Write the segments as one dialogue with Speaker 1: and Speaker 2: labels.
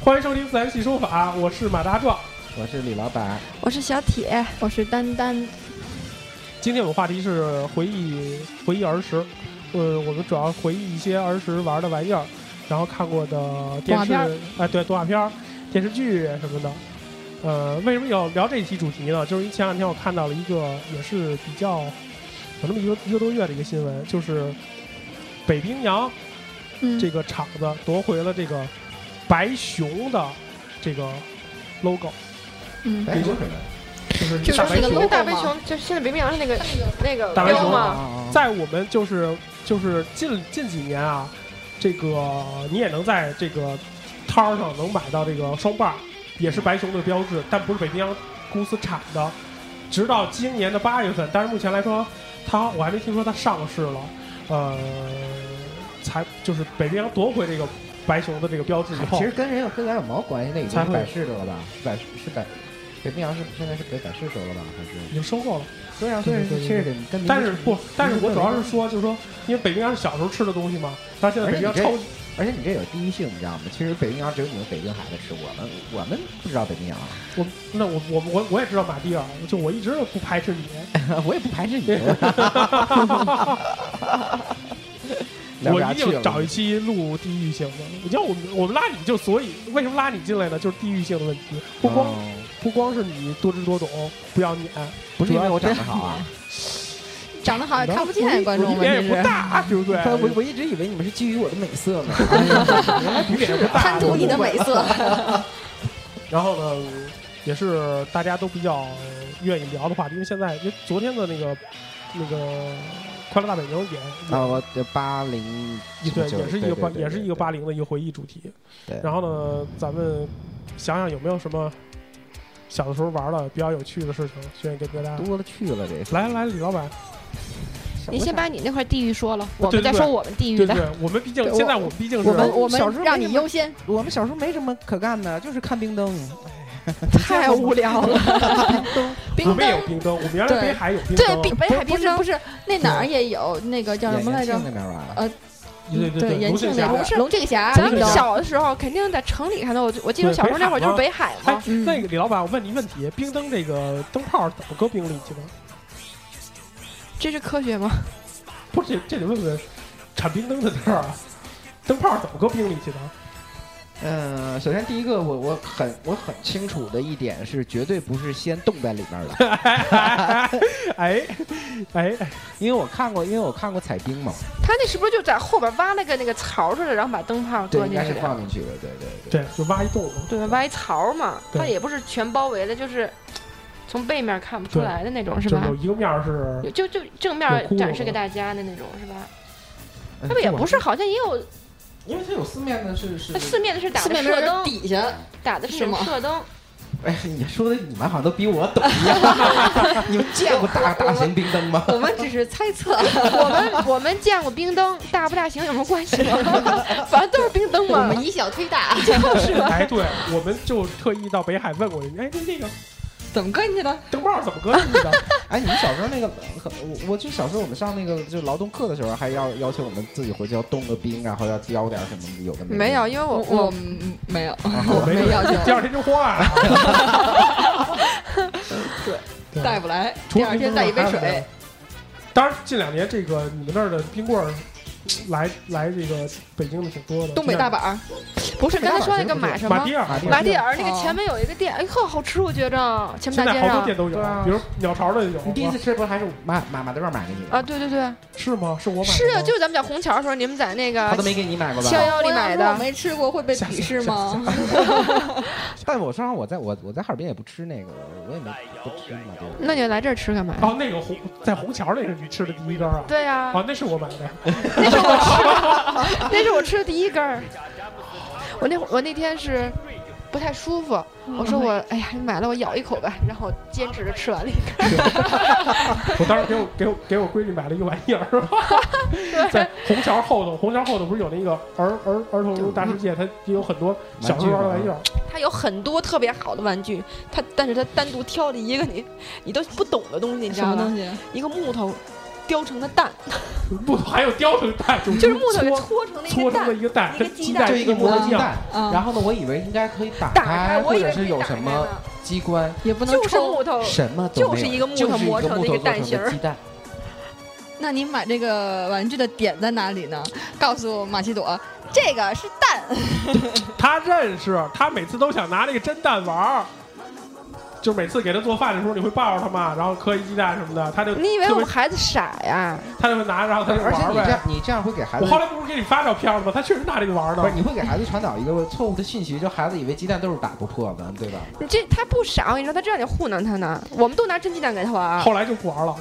Speaker 1: 欢迎收听《自然系说法》，我是马大壮。
Speaker 2: 我是李老板，
Speaker 3: 我是小铁，
Speaker 4: 我是丹丹，
Speaker 1: 今天我们话题是回忆回忆儿时，呃，我们主要回忆一些儿时玩的玩意儿，然后看过的电视，
Speaker 4: 动画片
Speaker 1: 哎
Speaker 4: 儿、
Speaker 1: 对，动画片儿、电视剧什么的。呃，为什么要聊这一期主题呢？就是因为前两天我看到了一个也是比较有那么一个一个多月的一个新闻，就是北冰洋
Speaker 4: 嗯，
Speaker 1: 这个厂子夺回了这个白熊的这个 logo，
Speaker 4: 嗯，
Speaker 2: 哎，说什么？
Speaker 1: 就是
Speaker 4: 就是
Speaker 1: 大白
Speaker 4: 那个
Speaker 1: 熊
Speaker 4: logo
Speaker 3: 大白熊，就是现在北冰洋是那个那个
Speaker 1: 大白熊
Speaker 3: 标
Speaker 2: 啊
Speaker 3: 吗？
Speaker 2: 啊啊
Speaker 1: 在我们就是就是近近几年啊，这个你也能在这个摊儿上能买到这个双棒，也是白熊的标志，但不是北冰洋公司产的。直到今年的八月份，但是目前来说，它我还没听说它上市了。呃，才就是北冰洋夺回这个白熊的这个标志以后
Speaker 2: 其，实跟人有跟咱有毛关系？那已
Speaker 1: 才
Speaker 2: 经
Speaker 1: 嗯会
Speaker 2: 百事得了吧？百事是百，北冰洋是现在是北百事得了吧？还是
Speaker 1: 已经收购了。
Speaker 2: 对啊，
Speaker 1: 对
Speaker 2: 所以
Speaker 1: 对对
Speaker 2: 其实跟跟民
Speaker 1: 但是不，但是我主要是，
Speaker 2: 民
Speaker 1: 说，就是说，因为北冰洋是小时候吃的东西嘛，但是现在北冰洋
Speaker 2: 而且你这
Speaker 1: 超级
Speaker 2: 而且你这有第一性，你知道吗？其实北冰洋只有你们北京孩子吃，我们我们不知道北冰洋，啊
Speaker 1: 我那我我我我也知道马蒂尔，就我一直不排斥你。
Speaker 2: 我也不排斥你。聊 不
Speaker 1: 我
Speaker 2: 下
Speaker 1: 一
Speaker 2: 去
Speaker 1: 定
Speaker 2: 了
Speaker 1: 找一期录地域性的。你像我们我们拉你就所以为什么拉你进来呢？就是地域性的问题，不光、
Speaker 2: 哦
Speaker 1: 不光是你多知多懂，不要脸，
Speaker 2: 不是因为我长得好啊，
Speaker 4: 长得好也看不见观众
Speaker 1: 你
Speaker 4: 们，
Speaker 1: 脸
Speaker 4: 这
Speaker 1: 也不
Speaker 4: 是
Speaker 1: 大，对不 对？
Speaker 2: 我我一直以为你们是基于我的美 色呢，哎呀原来不
Speaker 1: 你脸
Speaker 2: 是
Speaker 1: 也不大
Speaker 4: 贪。图你的美色。
Speaker 1: 然后呢，也是大家都比较愿意聊的话题，因为现在因为昨天的那个那个《快乐大本营》也
Speaker 2: 啊，我的八零一
Speaker 1: 对，也是一个八，也是一个八
Speaker 2: 零。
Speaker 1: 零的一个回忆主题。
Speaker 2: 对
Speaker 1: 然后呢，咱们想想有没有什么小的时候玩的比较有趣的事情，愿意跟大家。
Speaker 2: 多了去了，这
Speaker 1: 来来，李老板，
Speaker 3: 您先把你那块地域说了，我
Speaker 1: 对对
Speaker 3: 们再
Speaker 1: 对
Speaker 3: 说我们地域
Speaker 1: 对对
Speaker 3: 的。
Speaker 1: 对，我们毕竟
Speaker 2: 对
Speaker 1: 现在
Speaker 2: 我
Speaker 1: 我们毕竟是
Speaker 2: 我们
Speaker 4: 我
Speaker 2: 小时候
Speaker 4: 们让你优先，
Speaker 2: 我们小时候没什么可干的，就是看冰灯，
Speaker 4: 太无聊了。
Speaker 1: 我
Speaker 4: 冰
Speaker 1: 们也有
Speaker 4: 灯，
Speaker 1: 冰灯，我们原来
Speaker 4: 对
Speaker 1: 北海有冰
Speaker 4: 对
Speaker 1: 灯，
Speaker 4: 冰北海
Speaker 3: 不
Speaker 4: 冰
Speaker 3: 是
Speaker 4: 灯
Speaker 3: 不
Speaker 4: 是那哪儿也有那个叫什么来着
Speaker 2: 延？庆那边吧
Speaker 4: 呃，
Speaker 1: 对对
Speaker 4: 延
Speaker 1: 龙
Speaker 4: 庆
Speaker 1: 庆
Speaker 4: 那
Speaker 1: 峡。
Speaker 4: 边
Speaker 3: 不是
Speaker 4: 龙井峡，
Speaker 3: 咱
Speaker 1: 对
Speaker 3: 们
Speaker 1: 对
Speaker 3: 小的时候肯定在城里看到，我就我记得
Speaker 1: 对
Speaker 3: 小时候那会儿就是
Speaker 1: 北
Speaker 3: 北海
Speaker 1: 哎
Speaker 3: 嘛，，
Speaker 4: 嗯
Speaker 1: 那个李老板，我问你一问题：冰灯这个灯泡怎么搁冰里去的？
Speaker 3: 这是科学吗？
Speaker 1: 不是，这这得问问产冰灯的地儿啊。灯泡怎么搁冰里去的？
Speaker 2: 嗯，首先第一个，我我很我很清楚的一点是，绝对不是先冻在里面的，
Speaker 1: 哎哎，
Speaker 2: 因为我看过，因为我看过采冰嘛，
Speaker 3: 他那是不是就在后边挖了个那个槽出来，然后把灯泡
Speaker 2: 对，
Speaker 3: 搁啊
Speaker 2: 应
Speaker 3: 进
Speaker 2: 该是
Speaker 3: 去的？
Speaker 2: 放进去的，对对对。
Speaker 1: 对，就挖一洞嘛。
Speaker 3: 对，挖一槽嘛，
Speaker 1: 对
Speaker 3: 它也不是全包围的，就是从背面看不出
Speaker 1: 对
Speaker 3: 来的那种，是
Speaker 1: 就
Speaker 3: 吧？
Speaker 1: 有一个面儿是
Speaker 3: 有就就正
Speaker 1: 有窟
Speaker 3: 面
Speaker 1: 窿
Speaker 3: 展示
Speaker 1: 吗
Speaker 3: 给大家的那种是吧？
Speaker 2: 嗯
Speaker 3: 他们也不是，，好像也有
Speaker 2: 因为它有四面的是是
Speaker 3: 它。四面的是打
Speaker 4: 四
Speaker 3: 的
Speaker 4: 面是
Speaker 3: 射灯，
Speaker 4: 底下，
Speaker 3: 打的是
Speaker 4: 是吗
Speaker 3: 射灯，
Speaker 2: 哎，你说的你们好像都比我懂一样。 你们见过大大型冰灯吗？
Speaker 4: 我们只是猜测。
Speaker 3: 我们我们见过冰灯，大不大行有什么关系吗？ 反正都是冰灯
Speaker 4: 我
Speaker 3: 嘛。
Speaker 4: 们以小推大，
Speaker 1: 哎，对，我们就特意到北海问过人家，哎，那那个
Speaker 4: 怎么跟去的？
Speaker 1: 灯泡怎么搁进去的？
Speaker 2: 哎，你们小时候那个，我我就小时候我们上那个就劳动课的时候，还要要求我们自己回去要冻个冰，然后要浇点什么有的
Speaker 3: 没有，因为我
Speaker 4: 我
Speaker 3: 我
Speaker 4: 嗯没有，
Speaker 1: 我没
Speaker 4: 没要求
Speaker 1: 第二天就换。 对
Speaker 4: 带不来。
Speaker 1: 除
Speaker 4: 第
Speaker 1: 了
Speaker 4: 二天
Speaker 1: 冰棍儿
Speaker 4: 带一杯
Speaker 1: 还有什么
Speaker 4: 水
Speaker 1: 呀。当然，近两年这个你们那儿的冰棍儿来来这个北京的挺多的，
Speaker 4: 东北大板儿，
Speaker 3: 不是刚才说那个马什
Speaker 1: 马
Speaker 3: 么
Speaker 1: 迭尔
Speaker 2: 马迭尔
Speaker 3: 马迭尔那个
Speaker 4: 哦
Speaker 3: 前面有一个店，哎呵，好吃，我觉着前面
Speaker 1: 现在
Speaker 3: 大街
Speaker 1: 好多
Speaker 3: 上
Speaker 1: 店都有
Speaker 2: 对啊，
Speaker 1: 比如鸟巢的有，
Speaker 2: 你第一次吃不是还是妈妈妈在那买给你的
Speaker 3: 啊，对对对，
Speaker 1: 是吗？是我买的吗
Speaker 3: 是啊，就是咱们讲虹桥的时候，你们在那个
Speaker 2: 他都没给你买过吧
Speaker 3: 七？幺幺里
Speaker 4: 我要
Speaker 3: 买
Speaker 4: 是我
Speaker 3: 的，
Speaker 4: 没吃过会被鄙视吗？
Speaker 2: 但我说实话我在我我在哈尔滨也不吃那个，我也没不吃马迭尔。
Speaker 3: 那你来这儿吃干嘛？
Speaker 1: 哦，那个红在虹桥那是你吃的第一根啊？
Speaker 3: 对呀，
Speaker 1: 哦，那是我买的，
Speaker 3: 那是我吃， 那是我吃的第一根儿。我那会儿我那天是不太舒服，我
Speaker 1: 嗯
Speaker 3: 说我哎呀，你买了我咬一口吧，然后坚持着吃完了一根儿。
Speaker 1: 我当时给我给我给我闺女买了一玩意儿， 在虹桥后头，虹桥后头不是有那个儿儿儿童大世界，它也有很多小时候玩的玩
Speaker 2: 啊
Speaker 1: 意儿，
Speaker 3: 它有很多特别好的玩具，它但是它单独挑了一个你你都不懂的东西，你知
Speaker 4: 什
Speaker 3: 道
Speaker 4: 么嗯
Speaker 3: 吗
Speaker 4: 东？西？
Speaker 3: 一个木头雕成的蛋，
Speaker 1: 木头还有雕成蛋，就
Speaker 3: 就是木头给
Speaker 1: 搓
Speaker 3: 搓成了一
Speaker 1: 搓
Speaker 3: 个
Speaker 1: 成
Speaker 3: 蛋
Speaker 1: 了。一个蛋，
Speaker 3: 一个
Speaker 1: 跟
Speaker 3: 鸡
Speaker 1: 鸡
Speaker 3: 蛋
Speaker 2: 就
Speaker 1: 蛋
Speaker 2: 一个
Speaker 1: 一模
Speaker 2: 磨
Speaker 1: 一
Speaker 2: 鸡
Speaker 1: 样。
Speaker 2: 蛋，
Speaker 4: 啊
Speaker 2: 然后呢，我以为应该可以打
Speaker 3: 嗯打开，我
Speaker 2: 或
Speaker 3: 以
Speaker 2: 者
Speaker 3: 为可
Speaker 2: 是
Speaker 3: 以
Speaker 2: 有
Speaker 3: 打
Speaker 2: 什
Speaker 3: 开
Speaker 2: 么
Speaker 3: 呢
Speaker 2: 机关，
Speaker 4: 也不能
Speaker 3: 就是
Speaker 4: 抽。
Speaker 3: 木头，
Speaker 2: 什么都没有
Speaker 3: 就是一个木头
Speaker 2: 就是一
Speaker 3: 磨成的
Speaker 2: 木
Speaker 3: 那
Speaker 2: 头
Speaker 3: 个蛋
Speaker 2: 做成
Speaker 3: 形儿
Speaker 2: 的鸡蛋，
Speaker 4: 那你买这个玩具的点在哪里呢？告诉马奇朵，这个是蛋。
Speaker 1: 他认识，他每次都想拿那个蒸蛋玩儿，就每次给他做饭的时候，你会抱着他嘛，然后磕一鸡蛋什么的，他就
Speaker 3: 你以为
Speaker 1: 特
Speaker 3: 我
Speaker 1: 别
Speaker 3: 们孩子傻呀？
Speaker 1: 他就会拿，然后他就
Speaker 2: 而且
Speaker 1: 玩
Speaker 2: 你这
Speaker 1: 呗
Speaker 2: 样。你这样会给孩
Speaker 1: 我
Speaker 2: 子
Speaker 1: 后来不是给你发照片了吗？他确实拿这个玩儿
Speaker 2: 不是
Speaker 1: 呢。
Speaker 2: 你会给孩子传导一个错误的信息，就孩子以为鸡蛋都是打不破的，对吧？
Speaker 3: 你这他不傻，我跟你说，他这让你糊弄他呢。我们都拿真鸡蛋给他玩儿，
Speaker 1: 后来就不玩了。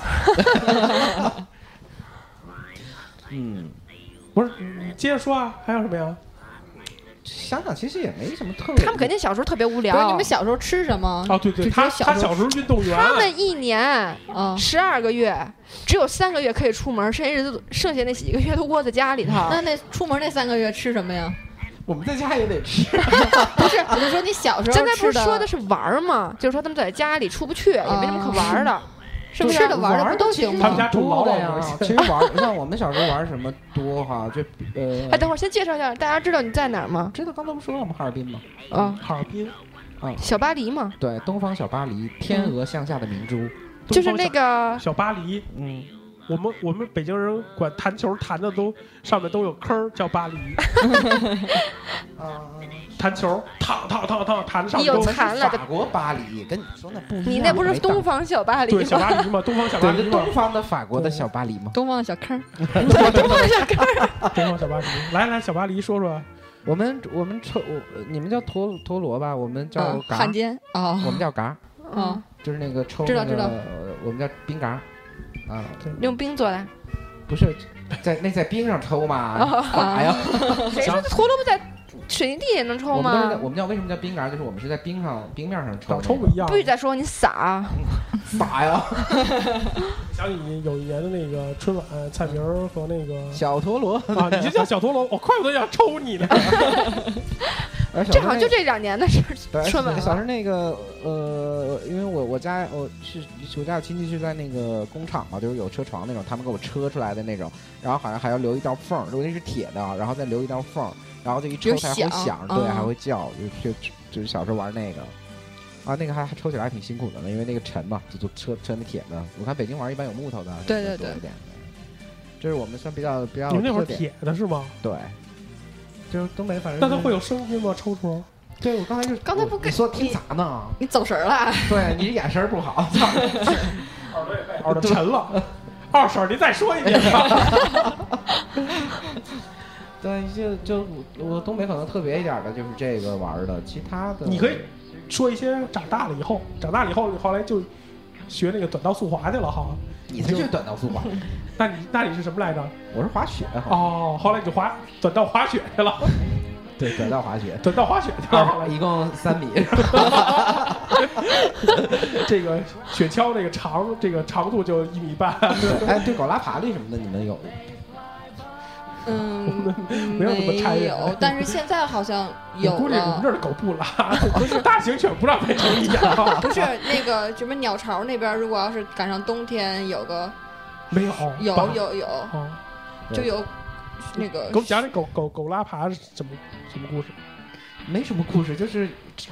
Speaker 2: 嗯，
Speaker 1: 不是，你接着说啊，还有什么呀？
Speaker 2: 想想其实也没什么特别。
Speaker 3: 他们肯定小时候特别无
Speaker 4: 不是你
Speaker 3: 聊
Speaker 4: 们。小时候吃什
Speaker 3: 啊
Speaker 4: 么？
Speaker 1: 哦，对对，
Speaker 4: 就
Speaker 1: 他
Speaker 4: 直接
Speaker 1: 他
Speaker 4: 小时候
Speaker 1: 小时候运动员，啊
Speaker 3: 他们一年
Speaker 4: 啊，
Speaker 3: 十二个月，只有三个月可以出门，剩下日子都剩下那几个月都窝在家里头。
Speaker 4: 啊那那出门那三个月吃什么呀？
Speaker 2: 我们在家也得吃，
Speaker 4: 不是，我就说你小时候
Speaker 3: 刚才不
Speaker 4: 吃
Speaker 3: 是说
Speaker 4: 的
Speaker 3: 的是玩儿吗？就是说他们在家里出不去，也没什么可玩儿的，是不是？
Speaker 4: 吃的玩的不哦都行
Speaker 1: 他们
Speaker 4: 吗？
Speaker 1: 家
Speaker 2: 多的呀
Speaker 1: 老老。
Speaker 2: 其实玩儿，像我们小时候玩儿什么多哈，就呃，
Speaker 3: 哎，等会儿先介绍一下，大家知道你在哪儿吗？
Speaker 2: 知道刚才不说了吗？哈尔滨吗？
Speaker 3: 啊，
Speaker 1: 哈尔滨
Speaker 3: 小巴黎吗？
Speaker 2: 对，东方小巴黎，天鹅向下的明珠。
Speaker 3: 就是那个
Speaker 1: 小巴黎，
Speaker 2: 嗯，
Speaker 1: 我们我们北京人管弹球弹的都上面都有坑儿，叫 巴黎。啊，弹球，烫烫烫烫，弹上
Speaker 3: 你有
Speaker 1: 都
Speaker 2: 我
Speaker 1: 是
Speaker 2: 们是
Speaker 3: 馋了
Speaker 2: 法国巴黎，跟你说那不一样。
Speaker 3: 你那不是
Speaker 2: 没当
Speaker 3: 东方小巴黎
Speaker 1: 对小
Speaker 3: 吗？
Speaker 1: 巴黎嘛，东方小巴
Speaker 2: 对，
Speaker 1: 黎
Speaker 2: 就
Speaker 1: 嘛
Speaker 2: 东，方的法国的小巴黎吗？
Speaker 4: 东方的小坑，
Speaker 1: 东方小巴黎。来来，小巴黎说
Speaker 3: 嗯
Speaker 1: 说，
Speaker 2: 我们我们车，我你们叫陀陀螺吧，我们叫
Speaker 4: 嗯
Speaker 2: 嘎，
Speaker 4: 汉奸啊
Speaker 2: 我们叫嘎，
Speaker 3: 嗯
Speaker 4: 啊！
Speaker 2: 就是那个抽
Speaker 4: 知道
Speaker 2: 那个
Speaker 4: 知道
Speaker 2: 呃我们叫冰嘎，啊，
Speaker 3: 用冰做的。
Speaker 2: 不是在那在冰上抽
Speaker 4: 哦
Speaker 2: 嘛？
Speaker 1: 嗯
Speaker 2: 哎呀，
Speaker 3: 谁说这陀螺不在水泥地也能抽
Speaker 2: 我们都是
Speaker 3: 哦
Speaker 2: 在
Speaker 3: 吗？
Speaker 2: 我们叫为什么叫冰嘎？就是我们是在冰上冰面上抽
Speaker 1: 长
Speaker 2: 的，
Speaker 1: 抽不一样
Speaker 3: 不。许再说你啊傻，
Speaker 2: 傻呀！
Speaker 1: 想起有一年的那个春晚，蔡明儿和那个
Speaker 2: 小陀螺，
Speaker 1: 啊，你就叫小陀螺，我怪不得要抽 你呢。
Speaker 3: 啊
Speaker 2: 而小
Speaker 3: 这
Speaker 2: 时
Speaker 3: 好
Speaker 2: 候
Speaker 3: 像就这两年的事儿
Speaker 2: 对，
Speaker 3: 春晚
Speaker 2: 小时
Speaker 3: 了。
Speaker 2: 候那个呃，因为我我家我是我家有亲戚是在那个工厂嘛，就是有车床那种，他们给我车出来的那种，然后好像还要留一道缝儿，如果那是铁的，啊，然后再留一道缝儿，然后就一抽
Speaker 4: 有
Speaker 2: 才会
Speaker 4: 响
Speaker 2: 响，对，
Speaker 4: 哦
Speaker 2: 还会叫，就就就是小时候玩那个。啊，那个还还抽起来还挺辛苦的呢，因为那个沉嘛，就就车车那铁的。我看北京玩儿一般有木头的，
Speaker 4: 对
Speaker 2: 就
Speaker 4: 对
Speaker 2: 多
Speaker 4: 对
Speaker 2: 一点这是我们算比较比较
Speaker 1: 你们那会儿
Speaker 2: 特点
Speaker 1: 铁的是吗？
Speaker 3: 嗯
Speaker 2: 对，就是东北反正
Speaker 1: 那它
Speaker 2: 是
Speaker 1: 会有声音吗？抽出
Speaker 2: 对我刚才就
Speaker 4: 刚才
Speaker 2: 我
Speaker 4: 不
Speaker 2: 你
Speaker 4: 跟
Speaker 2: 说听啥呢？
Speaker 4: 你走神儿 了，
Speaker 2: 对你眼神儿不好，
Speaker 1: 耳朵也被耳朵哦沉了。二婶儿，您再说一遍吧。
Speaker 2: 对，就就我我东北可能特别一点儿的就是这个玩儿的，其他的
Speaker 1: 你可以说一些长大了以后，长大了以后，你后来就学那个短道速滑去了哈。
Speaker 2: 你才是短道速滑，
Speaker 1: 那你那你是什么来着？
Speaker 2: 我是滑雪哈，
Speaker 1: 哦，后来你就滑短道滑雪去了，
Speaker 2: 对，短道滑 雪，
Speaker 1: 短道滑雪去了。后
Speaker 2: 二
Speaker 1: 来
Speaker 2: 一共三米，
Speaker 1: 这个雪橇这个长这个长度就一米半，
Speaker 2: 哎，对，狗拉爬犁什么的你们有？
Speaker 4: 嗯，
Speaker 1: 没有那么差
Speaker 4: 没
Speaker 1: 远
Speaker 4: 有，但是现在好像有
Speaker 1: 我估计我们
Speaker 4: 了哦
Speaker 1: 这。儿的狗不拉，不是 大型犬不让配成一样，
Speaker 4: 不是那个什么鸟巢那边，如果要是赶上冬天，有个
Speaker 1: 没有
Speaker 4: 有
Speaker 1: 吧
Speaker 4: 有呃有
Speaker 1: 哦
Speaker 2: 嗯
Speaker 4: 就有那个
Speaker 1: 给我们讲讲狗狗狗拉爬是什么什么故事？
Speaker 2: 没什么故事，就是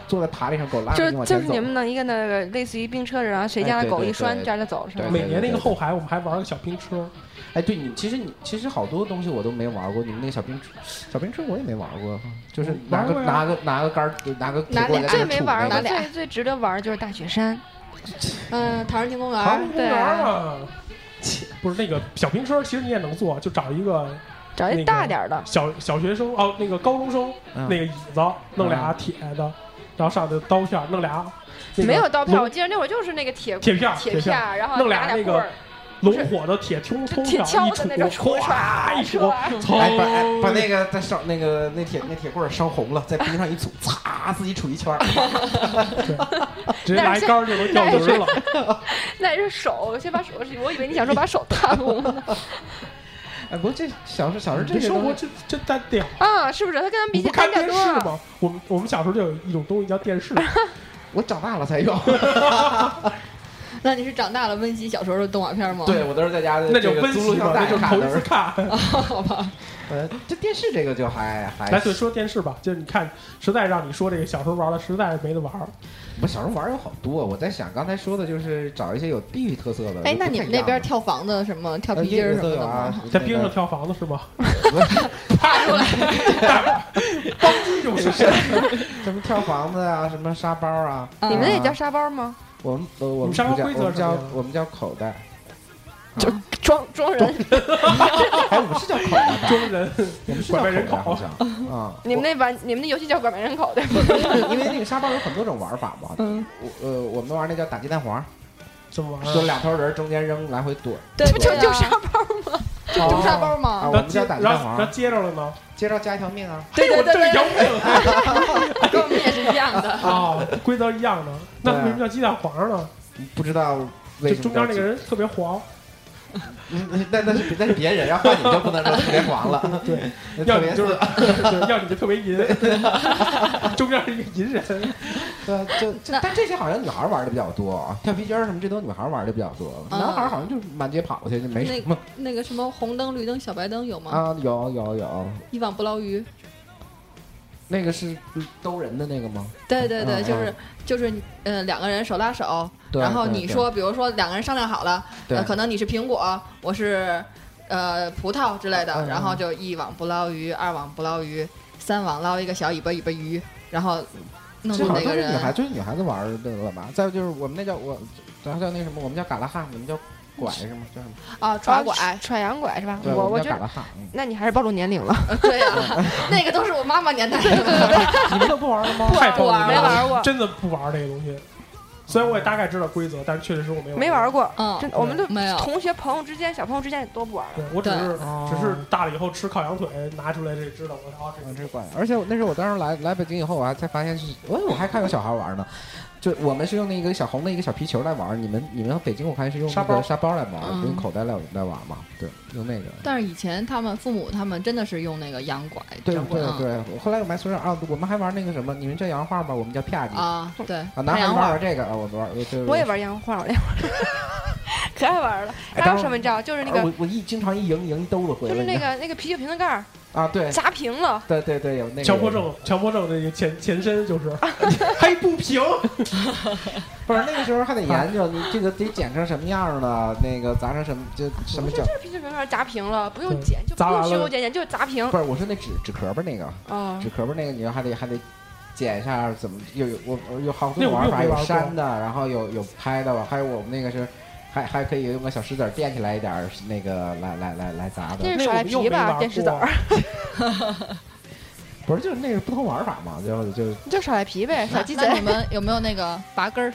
Speaker 2: 坐在爬犁上，狗拉
Speaker 3: 就
Speaker 2: 着
Speaker 3: 是
Speaker 2: 你往
Speaker 3: 就
Speaker 2: 前
Speaker 3: 是
Speaker 2: 走
Speaker 3: 你。们弄一个那个类似于冰车然后谁家
Speaker 2: 哎
Speaker 3: 的
Speaker 2: 对
Speaker 3: 狗
Speaker 2: 对
Speaker 3: 一
Speaker 2: 对
Speaker 3: 拴拽着走是
Speaker 2: 对
Speaker 3: 吧？
Speaker 1: 每年那个后海，我们还玩个小冰车，
Speaker 2: 哎，对你，其实你其实好多东西我都没玩过，你们那小冰车，小冰车我也没玩过，就是拿
Speaker 1: 玩
Speaker 2: 个
Speaker 1: 过呀
Speaker 2: 拿个拿个杆儿，拿个铁
Speaker 4: 拿
Speaker 2: 棍
Speaker 4: 俩
Speaker 2: 在
Speaker 3: 最
Speaker 2: 那
Speaker 3: 没
Speaker 2: 杵
Speaker 3: 玩
Speaker 2: 那
Speaker 3: 过，
Speaker 2: 个
Speaker 4: 拿俩
Speaker 3: 最最值得玩就是大雪山，
Speaker 4: 嗯，唐人街公园
Speaker 1: 爬
Speaker 4: 儿
Speaker 1: 公
Speaker 3: 对
Speaker 1: 园儿啊。不是那个小冰车，其实你也能坐，就找一个
Speaker 3: 找一
Speaker 1: 那个
Speaker 3: 大点儿的。
Speaker 1: 小小学生哦，那个高中生
Speaker 2: 嗯
Speaker 1: 那个椅子，弄俩铁的，然后上头刀片儿，弄俩那个
Speaker 3: 没有刀片，我
Speaker 1: 龙
Speaker 3: 记得那会儿就是那个铁
Speaker 1: 铁片儿，
Speaker 3: 铁片
Speaker 1: 片，
Speaker 3: 儿，然后
Speaker 1: 弄
Speaker 3: 拿
Speaker 1: 俩
Speaker 3: 俩
Speaker 1: 那
Speaker 3: 棍
Speaker 1: 个
Speaker 3: 儿，
Speaker 1: 龙火的铁通通
Speaker 3: 铁
Speaker 1: 票
Speaker 3: 锹
Speaker 1: 一
Speaker 3: 子那种
Speaker 1: 杵，咵一
Speaker 3: 戳
Speaker 1: 杵，
Speaker 2: 哎，把哎把那个再烧那个那铁那铁棍儿烧红了，在冰上一杵，擦，自己杵一圈儿。
Speaker 1: 直接拿一杆儿就能掉人 了。
Speaker 3: 那是手，先把手，我以为你想说把手烫了
Speaker 2: 哎，不过这小时候小时候这
Speaker 1: 这
Speaker 2: 些
Speaker 1: 生活
Speaker 2: 东西，
Speaker 1: 这这单调。
Speaker 3: 啊，是不是？他跟咱比
Speaker 1: 你
Speaker 3: 起
Speaker 1: 不看
Speaker 3: 单
Speaker 1: 电
Speaker 3: 调多啊
Speaker 1: 视
Speaker 3: 了。
Speaker 1: 吗？我们我们小时候就有一种东西叫电视，
Speaker 2: 我长大了才 有。
Speaker 4: 那你是长大了温习小时候的动画片吗？
Speaker 2: 对，我都是在家
Speaker 1: 那就
Speaker 2: 这个
Speaker 1: 温
Speaker 2: 租
Speaker 1: 习
Speaker 2: 录
Speaker 1: 嘛
Speaker 2: 像，
Speaker 1: 那
Speaker 2: 带
Speaker 1: 就
Speaker 2: 看
Speaker 1: 头一
Speaker 2: 的
Speaker 1: 次。看。
Speaker 4: 好吧，
Speaker 2: 呃，这电视这个就还还
Speaker 1: 来，对，说电视吧，就是你看，实在让你说这个小时候玩的，实在是没得玩儿。
Speaker 2: 我小时候玩儿有好多，我在想刚才说的就是找一些有地域特色的。
Speaker 4: 哎
Speaker 2: 就，不
Speaker 4: 那你们
Speaker 2: 太一
Speaker 4: 那
Speaker 2: 样
Speaker 4: 边
Speaker 2: 的
Speaker 4: 跳房子什么、跳
Speaker 2: 呃
Speaker 4: 皮
Speaker 2: 英
Speaker 4: 筋儿什
Speaker 2: 国
Speaker 4: 么
Speaker 2: 都有
Speaker 4: 的
Speaker 2: 啊
Speaker 4: 吗？，
Speaker 1: 在冰上跳房子是 吗？
Speaker 4: 爬出来。
Speaker 1: 这种事情，
Speaker 2: 什么跳房子啊，什么沙包啊。
Speaker 4: 嗯
Speaker 3: 你们那也叫沙包吗？
Speaker 2: 我们呃我
Speaker 1: 你
Speaker 2: 们
Speaker 1: 沙包
Speaker 2: 不叫
Speaker 1: 规则
Speaker 2: 我们
Speaker 1: 是什么
Speaker 2: 叫
Speaker 1: 呀
Speaker 2: 我们叫口袋，
Speaker 3: 装装人，
Speaker 2: 哎，我们是叫口袋吧？
Speaker 1: 中人
Speaker 2: 我们是
Speaker 1: 拐
Speaker 2: 叫
Speaker 1: 卖人
Speaker 2: 口袋好
Speaker 1: 口。
Speaker 2: 像啊。
Speaker 3: 你们那玩，你们那游戏叫拐卖人口对吧？
Speaker 2: 那因为那个沙包有很多种玩法嘛。
Speaker 4: 嗯，
Speaker 2: 我呃，我们玩那叫打鸡蛋黄，
Speaker 1: 怎么玩啊
Speaker 2: 就
Speaker 1: 儿？
Speaker 2: 俩头人中间扔，来回躲。
Speaker 4: 对，
Speaker 3: 不就
Speaker 4: 对啊
Speaker 3: 就沙包？
Speaker 4: 就丢沙包
Speaker 2: 啊，
Speaker 4: 吗？
Speaker 1: 然
Speaker 2: 我们
Speaker 1: 后接
Speaker 2: 叫打鸡蛋
Speaker 1: 然后然
Speaker 2: 黄
Speaker 1: 后，接着了呢？
Speaker 2: 接着加一条命啊。
Speaker 4: 对
Speaker 1: 我
Speaker 4: 对对
Speaker 1: 这
Speaker 4: 对
Speaker 1: 有梗
Speaker 4: 对，跟我们也是一样 的。
Speaker 1: 啊，规则一样的。那
Speaker 2: 对啊
Speaker 1: 为什么叫鸡蛋黄呢？
Speaker 2: 不知道为
Speaker 1: 就
Speaker 2: 什
Speaker 1: 中
Speaker 2: 么
Speaker 1: 间
Speaker 2: 叫
Speaker 1: 那个人特别黄，
Speaker 2: 嗯，那那是那是别人，要换你就不能说特别黄了，
Speaker 1: 对，
Speaker 2: 那
Speaker 1: 要
Speaker 2: 特
Speaker 1: 你
Speaker 2: 别
Speaker 1: 就是对，要你就特别银，中间是一个银人。
Speaker 2: 对，就就但这些好像女孩玩的比较多啊，跳皮筋儿什么这都女孩玩的比较多，
Speaker 4: 嗯
Speaker 2: 男孩好像就是满街跑去就没什么
Speaker 4: 那个什么红灯、绿灯、小白灯有吗？
Speaker 2: 啊。有有有，
Speaker 4: 一网不捞鱼。
Speaker 2: 那个是兜人的那个吗？
Speaker 4: 对对对，
Speaker 2: 嗯
Speaker 4: 就是
Speaker 2: 嗯
Speaker 4: 就是你，呃，两个人手拉手，
Speaker 2: 对
Speaker 4: 然后
Speaker 2: 对
Speaker 4: 你
Speaker 2: 对
Speaker 4: 说，比如说两个人商量好了，
Speaker 2: 对
Speaker 4: 呃，可能你是苹果，我是呃葡萄之类的
Speaker 2: 嗯，
Speaker 4: 然后就一网不捞鱼，二网不捞鱼，三网捞一个小尾巴尾巴鱼，然后弄
Speaker 2: 这
Speaker 4: 住
Speaker 2: 好
Speaker 4: 那
Speaker 2: 像
Speaker 4: 个
Speaker 2: 都是女孩，
Speaker 4: 人。
Speaker 2: 就是女孩子玩儿的了吧？再就是我们那叫我，然后叫那个什么，我们叫嘎啦哈，你们叫拐是吗？叫什么？
Speaker 4: 啊， 抓拐，
Speaker 3: 踹羊拐是吧？
Speaker 2: 对，
Speaker 3: 我
Speaker 2: 们
Speaker 3: 觉
Speaker 2: 叫嘎
Speaker 3: 得，
Speaker 2: 啦哈。嗯
Speaker 3: 那你还是暴露年龄了，
Speaker 4: 对呀， 那个都是我妈妈年代的。
Speaker 1: 你们都不玩了吗？ 太
Speaker 4: 不玩了
Speaker 1: 棒
Speaker 3: 没
Speaker 1: 了，
Speaker 3: 玩过，
Speaker 1: 真的不玩这个东西。虽然我也大概知道规则，但是确实是我没有
Speaker 3: 没玩
Speaker 1: 过。
Speaker 3: 过。
Speaker 4: 嗯，
Speaker 3: 真的，我们都
Speaker 4: 没有
Speaker 3: 同学朋友之间、小朋友之间多不玩了。
Speaker 1: 对我只是
Speaker 2: 哦
Speaker 1: 只是大了以后吃烤羊腿，拿出来这知道我操这
Speaker 2: 嗯，
Speaker 1: 个
Speaker 2: 这怪。而且我那时候我当时来来北京以后，我还才发现是，我我还看有小孩玩呢。就我们是用那个小红的一个小皮球来玩，你们你们北京我看是用那
Speaker 1: 沙包
Speaker 2: 个沙包来玩，
Speaker 4: 嗯
Speaker 2: 用口袋来来玩嘛？对，用那个。
Speaker 4: 但是以前他们父母他们真的是用那个羊拐，
Speaker 2: 对
Speaker 4: 真
Speaker 2: 对
Speaker 4: 的
Speaker 2: 对，我后来我们还说啊，我们还玩那个什么，你们叫洋画吧，我们叫啪叽啊，
Speaker 4: 啊，对，
Speaker 2: 男
Speaker 4: 太
Speaker 2: 孩
Speaker 4: 阳花
Speaker 2: 玩这个啊，我们玩，对
Speaker 3: 我也。玩洋画，我那会儿 可爱玩了。
Speaker 2: 哎
Speaker 3: 还
Speaker 2: 当
Speaker 3: 有
Speaker 2: 时
Speaker 3: 什么招？就是那
Speaker 2: 啊
Speaker 3: 个，
Speaker 2: 我我一经常一赢赢一兜子回
Speaker 3: 就
Speaker 2: 来，
Speaker 3: 是
Speaker 2: 你
Speaker 3: 那
Speaker 2: 知道
Speaker 3: 个那个啤酒瓶子盖儿
Speaker 2: 啊，
Speaker 1: 哎
Speaker 2: 对
Speaker 3: 砸平了。
Speaker 2: 对对对，有那个
Speaker 1: 强迫症，强迫症这个前前身就是 黑不平，
Speaker 2: 不是那个时候还得
Speaker 1: 啊
Speaker 2: 研究你这个得剪成什么样儿的，那个砸成什么就什么
Speaker 3: 不是，
Speaker 2: 叫
Speaker 3: 就是啤酒瓶盖儿砸平了，不用
Speaker 1: 对
Speaker 3: 剪，就不
Speaker 1: 砸完
Speaker 3: 用
Speaker 1: 了
Speaker 3: 修修剪剪，就是砸平
Speaker 2: 不。是我说那纸纸壳儿吧那个
Speaker 3: 啊
Speaker 2: 纸，壳儿吧那个你要还得还得剪一下怎么又有我我有好
Speaker 1: 那
Speaker 2: 多
Speaker 1: 我
Speaker 2: 玩
Speaker 1: 又
Speaker 2: 法
Speaker 1: 没
Speaker 2: 有
Speaker 1: 玩过
Speaker 2: 删的，然后有有拍的，还有我们那个是还还可以用个小石子儿垫起来一点儿那个来来来来砸的
Speaker 3: 那，是
Speaker 1: 那
Speaker 3: 耍
Speaker 1: 我
Speaker 3: 赖
Speaker 1: 们又
Speaker 3: 皮
Speaker 1: 没玩
Speaker 3: 吧？
Speaker 1: 过
Speaker 3: 电石子儿，
Speaker 2: 不是就是那是不同玩法嘛，最后就
Speaker 3: 就耍赖皮呗，耍鸡
Speaker 4: 那你
Speaker 3: 贼。
Speaker 4: 们有没有那个拔根儿？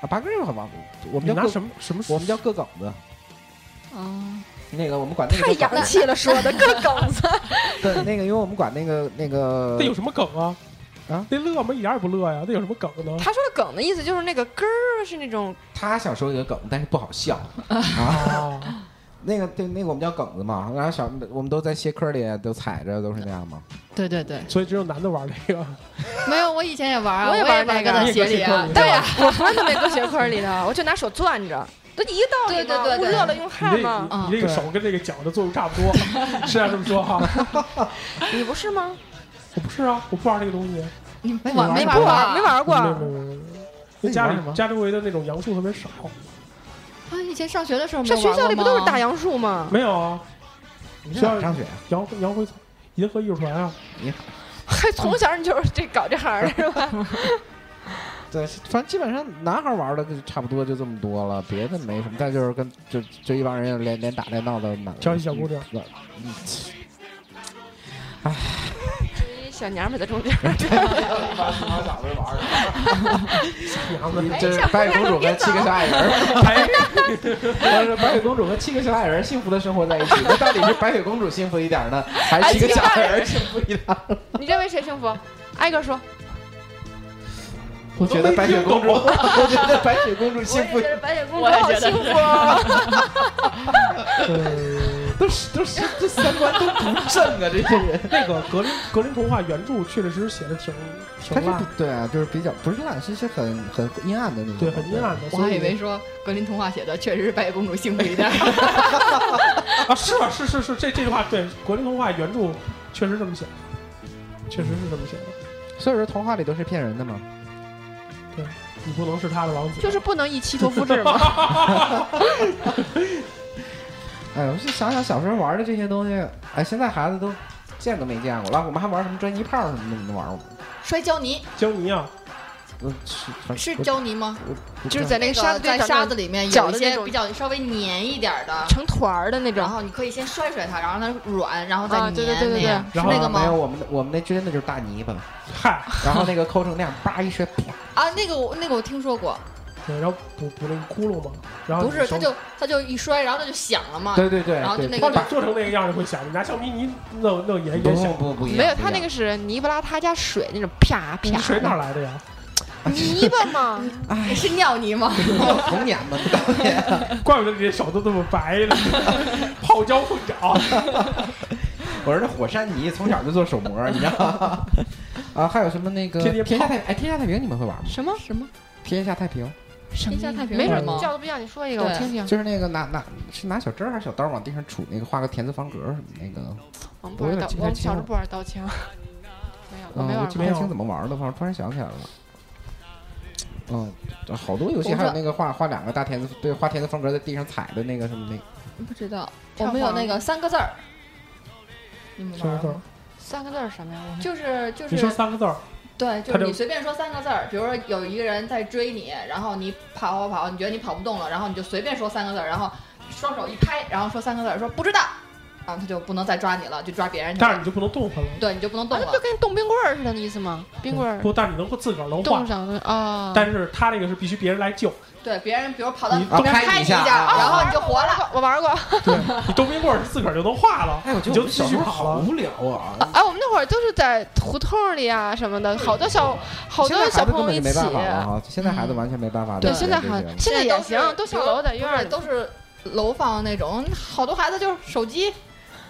Speaker 2: 啊拔根儿很玩，我们
Speaker 1: 你
Speaker 2: 叫
Speaker 1: 拿
Speaker 2: 各
Speaker 1: 什么什么？
Speaker 2: 我们叫各梗子，
Speaker 4: 啊，
Speaker 2: 那个我们管那
Speaker 3: 太
Speaker 2: 个叫
Speaker 3: 洋气了，说的 个梗子。
Speaker 2: 对那个因为我们管那个那 个
Speaker 1: 那有什么梗啊？
Speaker 2: 啊，
Speaker 1: 那乐吗？一点也不乐呀！那有什么梗呢？
Speaker 3: 他说的梗的意思就是那个根儿啊是那 种
Speaker 2: 他想说一个梗，但是不好笑啊。
Speaker 1: 啊，
Speaker 2: 那个对，那个我们叫梗子嘛，然后小我们都在鞋壳里都踩着，都是那样嘛。
Speaker 4: 对对对，
Speaker 1: 所以只有男的玩这个。
Speaker 4: 没有，我以前也玩啊，
Speaker 3: 我
Speaker 4: 我
Speaker 3: 也
Speaker 4: 也
Speaker 3: 玩那
Speaker 4: 把
Speaker 3: 个
Speaker 4: 在鞋里啊
Speaker 1: 你也搁鞋里，
Speaker 4: 对呀，
Speaker 3: 我从来都没搁鞋筐里头，我就拿手攥着，都一个道理
Speaker 4: 对对
Speaker 3: 嘛
Speaker 4: 对对
Speaker 3: 捂热了用汗
Speaker 1: 你
Speaker 3: 嘛。
Speaker 1: 这
Speaker 4: 啊
Speaker 1: 你这个手跟这个脚的作用差不多， 是要这么说哈？
Speaker 3: 你不是吗？
Speaker 1: 我不是啊，我不玩这个东西。嗯
Speaker 4: 你不
Speaker 3: 没
Speaker 4: 玩
Speaker 3: 没
Speaker 4: 玩啊过，
Speaker 3: 玩没玩过。
Speaker 1: 没没没没因为家
Speaker 2: 那你玩什么
Speaker 1: 里家周围的那种杨树特别少，
Speaker 4: 啊！以前上学的时候没
Speaker 3: 上
Speaker 4: 有
Speaker 3: 学
Speaker 4: 玩
Speaker 3: 校里不
Speaker 4: 过
Speaker 3: 都是
Speaker 4: 吗
Speaker 3: 打？杨树吗？
Speaker 1: 没有啊，
Speaker 2: 你上哪儿上学啊？
Speaker 1: 杨杨晖银河艺术团啊，
Speaker 3: 还
Speaker 2: 嗯
Speaker 3: 从小你就是这搞这行的是吧？
Speaker 2: 对，反正基本上男孩玩的就差不多就这么多了，别的没什么。但就是跟就就一帮人连连打带闹的满了。
Speaker 1: 教一小姑娘
Speaker 2: 嗯，嗯
Speaker 3: 一 小娘们在中间，
Speaker 1: 娘哎们，
Speaker 2: 这是白雪公主跟七个小矮人 儿，但是白雪公主和七个小矮人幸福的生活在一起。那到底是白雪公主幸福一点 呢，还是七个小矮人幸福一点？
Speaker 3: 你认为谁幸福？挨个说。
Speaker 2: 我觉得白雪公主，我觉得白雪公主幸福，
Speaker 3: 白雪公
Speaker 5: 我也觉得
Speaker 3: 福哦。
Speaker 2: 都是都是这三观都不正啊，这些人。
Speaker 1: 那个格林格林童话原著确实写的挺
Speaker 2: 他
Speaker 1: 挺
Speaker 2: 是
Speaker 1: 烂
Speaker 2: 不，对啊，就是比较不是烂，是是很很阴暗的那种，
Speaker 1: 对，很阴暗的。
Speaker 4: 我
Speaker 1: 所
Speaker 4: 还以为说格林童话写的确实是白雪公主幸福一点儿，
Speaker 1: 啊，是吧？是是是，这这句话对格林童话原著确实这么写的，确实是这么写的。
Speaker 2: 所以说童话里都是骗人的嘛。
Speaker 1: 你不能是他的王子，
Speaker 3: 就是不能一妻多夫制 嘛。
Speaker 2: 哎，我就想想小时候玩的这些东西，哎，现在孩子都见都没见过了。我们还玩什么专一炮什么的，你们玩过吗？
Speaker 4: 摔跤泥
Speaker 1: 江泥啊，
Speaker 2: 嗯，是反
Speaker 4: 是
Speaker 2: 不
Speaker 4: 胶泥吗？
Speaker 2: 不
Speaker 3: 就是
Speaker 2: 知
Speaker 3: 在
Speaker 2: 道
Speaker 3: 那
Speaker 4: 那
Speaker 3: 个
Speaker 4: 个
Speaker 3: 沙子
Speaker 4: 在
Speaker 3: 堆
Speaker 4: 沙
Speaker 3: 沙
Speaker 4: 子
Speaker 3: 子
Speaker 4: 里面
Speaker 3: 搅
Speaker 4: 有一
Speaker 3: 的那
Speaker 4: 些
Speaker 3: 种
Speaker 4: 比较稍微粘一点儿的，
Speaker 3: 成团儿的那
Speaker 4: 然
Speaker 3: 种，
Speaker 4: 后你可以先摔摔它，然后让它软，然后再
Speaker 3: 啊
Speaker 4: 粘
Speaker 3: 对对对对
Speaker 4: 那样，是
Speaker 1: 对然后
Speaker 4: 那个
Speaker 2: 没有，
Speaker 4: 吗？
Speaker 2: 我们的我们那真的就是大泥巴，
Speaker 1: 嗨，
Speaker 2: 然后那个抠成那样，叭一摔，啪
Speaker 4: 啊，那个我那个我听说过，
Speaker 1: 对，然后补补那个窟窿嘛，然后
Speaker 4: 不是，
Speaker 1: 手
Speaker 4: 它就它就一摔，然后它就响了嘛。
Speaker 2: 对对对，
Speaker 4: 啊然后就
Speaker 2: 对
Speaker 4: 那
Speaker 1: 把
Speaker 4: 个
Speaker 1: 你做成那个样就会响，你拿橡皮泥弄弄也也响。
Speaker 2: 不不不一样，
Speaker 3: 没有，
Speaker 2: 不一
Speaker 3: 他那
Speaker 2: 样嗯
Speaker 3: 个是泥巴拉他加水那种啪
Speaker 1: 你
Speaker 3: 啪。
Speaker 1: 水哪来的呀？
Speaker 2: 啊
Speaker 3: 泥巴嘛，
Speaker 4: 你是尿泥 吗？
Speaker 2: 童年嘛，
Speaker 1: 怪不得你这手都这么白了， 泡椒混掌。
Speaker 2: 我说这火山泥从小就做手模，你知道吗？啊，还有什么那个
Speaker 1: 天天泡
Speaker 2: 天下太哎天下太平你们会玩吗？
Speaker 3: 什么什么，
Speaker 2: 天下太平
Speaker 4: 天下太平
Speaker 3: 没
Speaker 4: 是
Speaker 3: 准
Speaker 4: 吗？
Speaker 3: 叫的不一样，你说一个我
Speaker 4: 对
Speaker 3: 听听。
Speaker 2: 就是那个拿拿是拿小针儿还是小刀往地上杵那个画个田字方格什么那个，
Speaker 3: 我们不
Speaker 2: 我有
Speaker 3: 玩刀，
Speaker 2: 点记不
Speaker 3: 我
Speaker 2: 太
Speaker 3: 们
Speaker 2: 清
Speaker 3: 小时候
Speaker 2: 了
Speaker 3: 不玩刀枪。 没有，我
Speaker 2: 嗯
Speaker 3: 没
Speaker 2: 我
Speaker 3: 玩
Speaker 2: 记
Speaker 3: 过
Speaker 2: 不。太清怎么玩的，反正突然想起来了。嗯，这好多游戏
Speaker 4: 我
Speaker 2: 还有
Speaker 4: 这
Speaker 2: 那个画画两个大田字，对，画田字方格在地上踩的那个什么那个，
Speaker 4: 不知道，我
Speaker 3: 跳
Speaker 4: 们有
Speaker 3: 房
Speaker 4: 那个三个字儿，你们
Speaker 1: 三
Speaker 4: 玩
Speaker 1: 个字
Speaker 4: 过
Speaker 1: 儿
Speaker 4: 吗？，
Speaker 3: 三个字儿是什么呀？我
Speaker 4: 就是就
Speaker 1: 你说
Speaker 4: 是
Speaker 1: 三个字儿，
Speaker 4: 对，就
Speaker 1: 他
Speaker 4: 是
Speaker 1: 就
Speaker 4: 你随便说三个字儿，比如说有一个人在追你，然后你跑跑跑，你觉得你跑不动了，然后你就随便说三个字儿，然后双手一拍，然后说三个字儿，说不知道，然后他就不能再抓你了，就抓别人去
Speaker 1: 但是
Speaker 4: 了，
Speaker 1: 你就不能动它了。
Speaker 4: 对你就不能动
Speaker 3: 啊那不就
Speaker 4: 了。
Speaker 3: 跟冻冰棍儿似的那意思吗？冰棍儿
Speaker 1: 不，但你能自个儿能画
Speaker 3: 冻，上的啊。
Speaker 1: 但是他那个是必须别人来救。
Speaker 4: 对，别人比如跑到
Speaker 1: 你
Speaker 4: 你旁边
Speaker 2: 啊拍
Speaker 4: 拍
Speaker 2: 你
Speaker 4: 你
Speaker 2: 一
Speaker 4: 一
Speaker 2: 下
Speaker 4: 下，
Speaker 2: 啊
Speaker 4: 然后你就活了。
Speaker 3: 哦我玩过。
Speaker 1: 你冻冰棍儿是自个儿就能画了，
Speaker 2: 哎，我觉
Speaker 1: 你
Speaker 2: 得
Speaker 1: 就
Speaker 2: 我
Speaker 1: 继
Speaker 2: 小时
Speaker 1: 续
Speaker 2: 候
Speaker 1: 跑
Speaker 2: 好
Speaker 1: 了。
Speaker 2: 无聊啊！
Speaker 3: 哎，我们那会儿都是在胡同里啊什么的，好多小好
Speaker 2: 现在
Speaker 3: 多
Speaker 2: 孩
Speaker 3: 小
Speaker 2: 子
Speaker 3: 朋
Speaker 2: 根
Speaker 3: 友
Speaker 2: 本
Speaker 3: 一
Speaker 2: 就
Speaker 3: 起
Speaker 2: 没。办法了哈，现在孩子完全没办法了。
Speaker 3: 对，现在好，
Speaker 2: 这些
Speaker 3: 现在也行
Speaker 4: 现在，都
Speaker 3: 都
Speaker 4: 是
Speaker 3: 下楼的院
Speaker 4: 不
Speaker 3: 儿
Speaker 4: 是
Speaker 3: 里
Speaker 4: 都是楼房那种，好多孩子就是手机、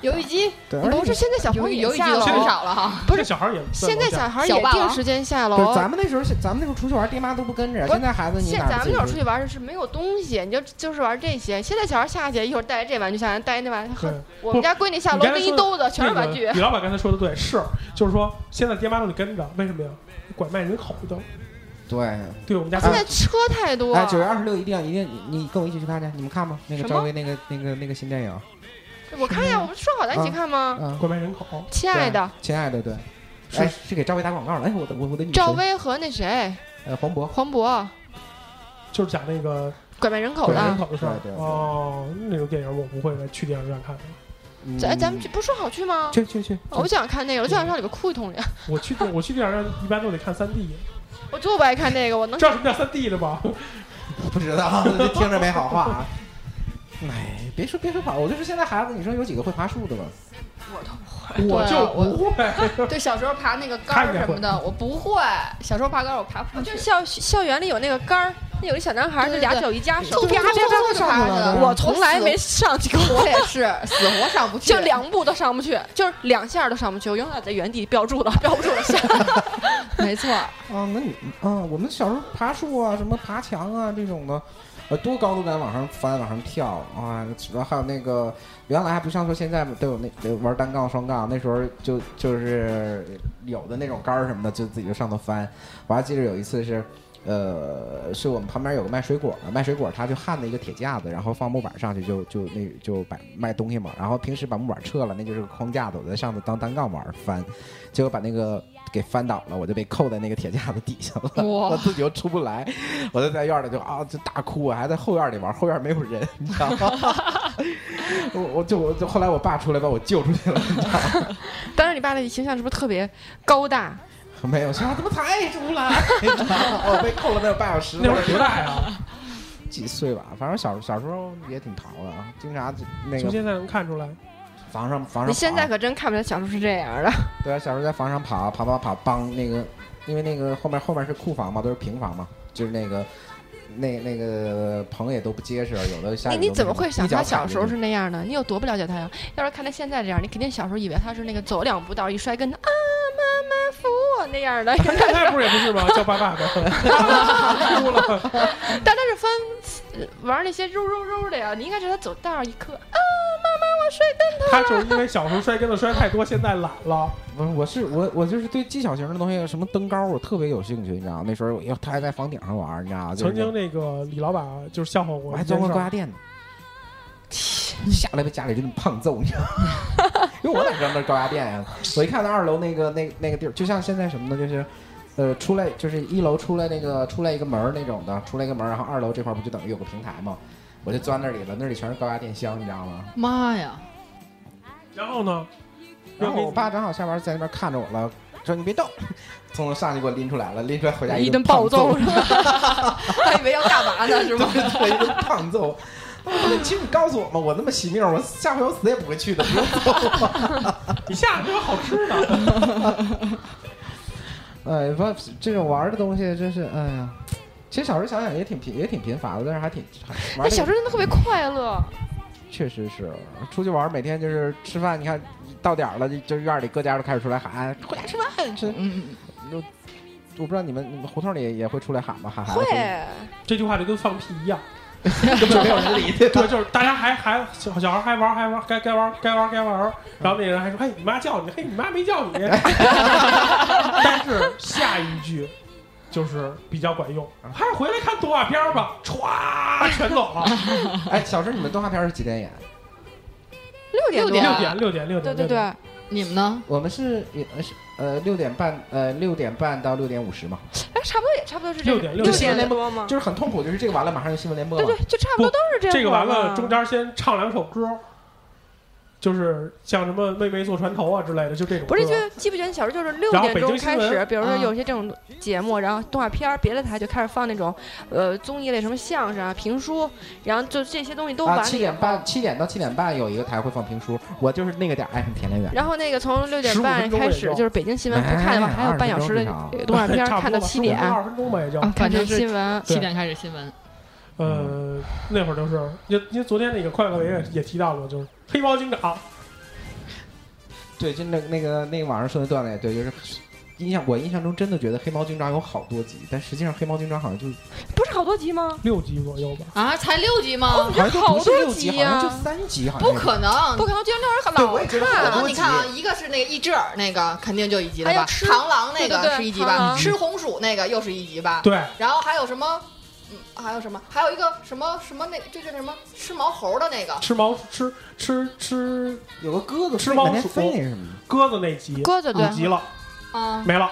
Speaker 4: 游戏机、
Speaker 2: 对，而
Speaker 3: 不
Speaker 2: 且
Speaker 3: 是现在小朋友
Speaker 4: 游游戏
Speaker 3: 也
Speaker 4: 机
Speaker 3: 下
Speaker 4: 都
Speaker 3: 楼
Speaker 4: 很，少了哈。
Speaker 1: 不是小孩儿也在
Speaker 3: 现在
Speaker 1: 楼下
Speaker 3: 小孩儿
Speaker 4: 小
Speaker 3: 也
Speaker 4: 霸
Speaker 3: 定
Speaker 4: 王
Speaker 3: 时间下楼。
Speaker 2: 对咱们那时候是，咱们那时候出去玩，爹妈都不跟着。
Speaker 3: 不是
Speaker 2: 现在孩子你
Speaker 3: 现
Speaker 2: 哪
Speaker 3: 咱
Speaker 2: 儿
Speaker 3: 们
Speaker 2: 自己
Speaker 3: 那会儿出去玩儿是没有东西，你就就是玩儿这些。现在小孩儿下去一会儿带着这玩具下来，带着那玩具。
Speaker 1: 对
Speaker 3: 呵我们家闺女下楼
Speaker 1: 你刚才
Speaker 3: 拎
Speaker 1: 说
Speaker 3: 一兜子全是玩
Speaker 1: 那
Speaker 3: 具
Speaker 1: 个。李啊老板刚才说的对，是，就是说现在爹妈都得跟着，为什么呀？拐卖人口的，
Speaker 2: 对，
Speaker 1: 对我们家
Speaker 3: 现在车太多。
Speaker 2: 哎，九月二十六一定要一定，你你跟我一起去看去，你们看吗？那个
Speaker 3: 什么啊
Speaker 2: 赵薇那个那个那个新电影，
Speaker 3: 我看呀，我们说好咱一起看吗？
Speaker 2: 嗯，
Speaker 1: 拐卖人口，
Speaker 3: 亲爱的，
Speaker 2: 亲爱的，对，
Speaker 1: 是
Speaker 2: 哎，是给赵薇打广告了。哎，我的我我的女神
Speaker 3: 赵，薇和那谁
Speaker 2: 呃，黄渤，
Speaker 3: 黄渤
Speaker 1: 就是讲那个
Speaker 3: 拐卖人口
Speaker 1: 拐卖人
Speaker 3: 的。
Speaker 1: 口的事儿
Speaker 2: 对对。对
Speaker 1: 哦，那种电影我不会来去电影院看的，
Speaker 2: 嗯
Speaker 3: 咱哎，咱们去不哦是说好去吗？
Speaker 2: 去去去，
Speaker 3: 我不想看那个，我就想上里边哭一通去。
Speaker 1: 我去电我去电影院一般都得看三 D，
Speaker 3: 我就不爱看那个，我能
Speaker 1: 知道什么叫三 D 了吗？
Speaker 2: 不知道， 听着没好话啊。哎，别说别说跑，我就说现在孩子，你说有几个会爬树的吧？
Speaker 1: 我就
Speaker 3: 啊
Speaker 1: 不会，
Speaker 4: 啊对，小时候爬那个杆
Speaker 1: 看
Speaker 4: 儿
Speaker 1: 见
Speaker 4: 什
Speaker 1: 过
Speaker 3: 哦
Speaker 4: 么的，我不会。小时候爬杆儿我爬不上去
Speaker 3: 就。校校园里有那个杆儿，那有一小男孩儿，就俩
Speaker 4: 对对对
Speaker 3: 脚一夹手，
Speaker 4: 就
Speaker 3: 啪
Speaker 4: 就
Speaker 3: 啪
Speaker 4: 就
Speaker 3: 啪
Speaker 4: 就
Speaker 3: 就
Speaker 4: 上
Speaker 3: 上
Speaker 4: 去
Speaker 3: 去
Speaker 4: 了
Speaker 3: 了。
Speaker 6: 我从来没上去过。
Speaker 4: 我也是死活上不去，
Speaker 3: 就两步都上不去，就是两下儿都上不去，我永远在原地标住了，标不住 了下。
Speaker 4: 没错，
Speaker 2: 啊，那你啊，我们小时候爬树啊，什么爬墙啊这种的，呃，多高都敢往上翻，往上跳啊。然后还有那个，原来还不像说现在都有那呃玩单杠、双杠，那时候就就是有的那种杆儿什么的，就自己就上头翻。我还记得有一次是。呃，是我们旁边有个卖水果的，卖水果他就焊了一个铁架子，然后放木板上去就，就那就摆卖东西嘛。然后平时把木板撤了，那就是个框架子，我在上头当单杠玩儿翻，结果把那个给翻倒了，我就被扣在那个铁架子底下了，我 自己又出不来，我就在院儿里就啊就大哭，我还在后院儿里玩儿，后院儿没有人，你知道 吗？我我就我就后来我爸出来把我救出去了，
Speaker 3: 当时你爸的形象是不是特别高大？
Speaker 2: 没有，说啊怎么才出来？你知道 吗我被扣了那半小时，
Speaker 1: 那会儿多大呀？
Speaker 2: 几岁吧，反正小小时候也挺淘的，啊，经常就那
Speaker 1: 从
Speaker 2: 个
Speaker 1: 现在能看出来，
Speaker 2: 房上房上爬。
Speaker 3: 你现在可真看不出来小时候是这样的。
Speaker 2: 对啊，小时候在房上爬爬爬爬，帮那个，因为那个后面后面是库房嘛，都是平房嘛，就是那个那那个棚也都不结实，有的下雨
Speaker 3: 哎你你
Speaker 2: 都
Speaker 3: 怎么
Speaker 2: 那种
Speaker 3: 会想
Speaker 2: 一脚
Speaker 3: 他
Speaker 2: 踩
Speaker 3: 小时候
Speaker 2: 进去
Speaker 3: 是那样呢？你有多不了解他呀？要是看他现在这样，你肯定小时候以为他是那个走两步道一摔跟头啊妈妈扶我那样的，
Speaker 1: 他现在不是也不是吗？叫爸爸呗， 哭了。
Speaker 3: 但他是翻呃玩那些揉揉揉的呀。你应该是他走道儿一磕啊妈妈我摔跟头。
Speaker 1: 他就是因为小时候摔跟头摔太多，现在懒了。
Speaker 2: 不是，我是我我就是对技巧型的东西，什么登高我特别有兴趣，你知道吗？那时候我要他还在房顶上玩，你知道啊吗？就是
Speaker 1: 曾
Speaker 2: 那
Speaker 1: 经那个李老板啊就是笑话我
Speaker 2: 我
Speaker 1: 一
Speaker 2: 还
Speaker 1: 件事
Speaker 2: 钻
Speaker 1: 儿，
Speaker 2: 过高压电呢，下来被家里就那么胖揍，你知道吗？因为我哪知道那是高压电呀、我一看那二楼那个那那个地儿，就像现在什么呢？就是，呃，出来就是一楼出来那个出来一个门儿那种的，出来一个门儿，然后二楼这块儿不就等于有个平台吗？我就钻那里了，那里全是高压电箱，你知道吗？
Speaker 4: 妈呀！
Speaker 1: 然后呢？
Speaker 2: 然后我爸正好下班在那边看着我了，说你别动，从楼上就给我拎出来了，拎出来回家
Speaker 3: 一顿
Speaker 2: 顿
Speaker 3: 暴
Speaker 2: 胖
Speaker 3: 揍，他以为要干嘛呢？是 吗？
Speaker 2: 对，一顿胖揍。我请你告诉我嘛，我那么惜命，我下回我死也不会去的，不用揍我。
Speaker 1: 你下来都有好吃的，
Speaker 2: 哎，不，这种玩儿的东西真是，哎呀，其实小时候想想也挺贫，也挺贫乏的，但是还挺还玩
Speaker 3: 他
Speaker 2: 儿。哎
Speaker 3: 小时候真的特别快乐，
Speaker 2: 确实是出去玩儿，每天就是吃饭，你看到点儿了，就就院儿里各家都开始出来喊哎回来吃饭吃。
Speaker 4: 嗯，
Speaker 2: 我不知道你们你们胡同里也会出来喊吗？喊孩子
Speaker 3: 会
Speaker 1: 这句话就跟放屁 一样。
Speaker 2: 根本没有人理。
Speaker 1: 对，就是大家还还小小孩还玩还玩，该该玩该玩该玩儿，
Speaker 2: 嗯
Speaker 1: 然后那人还说：“嘿，你妈叫你，嘿，你妈没 叫你。”但是下一句就是比较管用，
Speaker 2: 嗯
Speaker 1: 还是回来看动画片儿吧，歘，全走 了，
Speaker 2: 哎，小时候你们动画片儿是几点演？
Speaker 3: 六点
Speaker 4: 六
Speaker 1: 六
Speaker 3: 多。
Speaker 1: 点六点六
Speaker 3: 对
Speaker 1: 点，六点，
Speaker 3: 对对，
Speaker 4: 你们呢？
Speaker 2: 我们是也是呃六点半呃六点半到六点五十嘛，
Speaker 3: 哎，差不多也差不多是这
Speaker 1: 六
Speaker 3: 个
Speaker 1: 点
Speaker 3: 六
Speaker 1: 六点
Speaker 3: 点多吗？
Speaker 2: 就是很痛苦，就是这个完了马上就新闻联播
Speaker 3: 对
Speaker 2: 了。
Speaker 3: 对，就差不多都是这样。啊
Speaker 1: 这个完了，中间先唱两首歌，就是像什么“妹妹坐船头”啊之类的，就这种歌。
Speaker 3: 不是，就记不觉得你小时候就是六
Speaker 1: 然后
Speaker 3: 点
Speaker 1: 北
Speaker 3: 钟
Speaker 1: 京新
Speaker 3: 开始，
Speaker 1: 闻啊
Speaker 3: 比如说
Speaker 4: 嗯
Speaker 3: 有些这种节目，然后动画片儿，别的台就开始放那种，呃，综艺类什么相声啊、评书，然后就这些东西都完
Speaker 2: 啊，
Speaker 3: 了
Speaker 2: 七
Speaker 3: 以后
Speaker 2: 点，半，七点到七点半有一个台会放评书，我就是那个点儿爱哎上田连元。
Speaker 3: 然后那个从六点
Speaker 1: 15
Speaker 3: 半
Speaker 1: 分钟
Speaker 3: 开
Speaker 1: 也
Speaker 3: 始
Speaker 1: 就
Speaker 3: 就是北京新闻不看的话，
Speaker 2: 哎
Speaker 3: 还有半小时的
Speaker 2: 20分钟
Speaker 3: 动画片 儿
Speaker 1: 差不
Speaker 3: 看
Speaker 1: 多吧
Speaker 3: 到七点，
Speaker 1: 15分钟二十分钟吧，也就。
Speaker 3: 啊
Speaker 4: 反
Speaker 3: 看成
Speaker 4: 正是
Speaker 3: 新 闻。
Speaker 1: 对
Speaker 4: 七点开始新闻，
Speaker 1: 呃，那会儿就是，因因为昨天那个快乐委
Speaker 2: 嗯
Speaker 1: 也也提到了，就是黑猫警长，
Speaker 2: 对，就那那个那个网上说的段子也对，就是印象我印象中真的觉得黑猫警长有好多集，但实际上黑猫警长好像就
Speaker 3: 不是好多集吗？
Speaker 1: 六集左右吧。
Speaker 4: 啊，才六集
Speaker 1: 哎
Speaker 4: 吗？
Speaker 2: 好像就不是
Speaker 3: 好多
Speaker 2: 六集，
Speaker 3: 集
Speaker 2: 好像就
Speaker 3: 呀
Speaker 2: 三集，好像
Speaker 4: 啊不可能，
Speaker 3: 不可能，居然六人
Speaker 2: 对，
Speaker 3: 老
Speaker 2: 我也觉得好
Speaker 4: 然后
Speaker 2: 多
Speaker 4: 你
Speaker 2: 集。
Speaker 4: 看啊，一个是那个益智儿那个肯定就一集了
Speaker 3: 还有
Speaker 4: 吧，
Speaker 3: 吃
Speaker 4: 螳螂那
Speaker 3: 对对
Speaker 4: 个
Speaker 3: 对
Speaker 4: 是一集
Speaker 3: 螳
Speaker 4: 吧，
Speaker 3: 螂
Speaker 4: 吃红薯那个又是一集吧，
Speaker 1: 对，
Speaker 4: 然后还有什么？嗯，还有什么？还有一个什么什么那这叫什么吃毛猴的那个
Speaker 1: 吃毛吃吃吃
Speaker 2: 有个鸽子
Speaker 1: 吃猫
Speaker 2: 往前
Speaker 1: 鼠
Speaker 2: 飞那是什么？
Speaker 1: 鸽子那集
Speaker 3: 鸽子对
Speaker 1: 五，集了，
Speaker 4: 啊，
Speaker 1: 没了，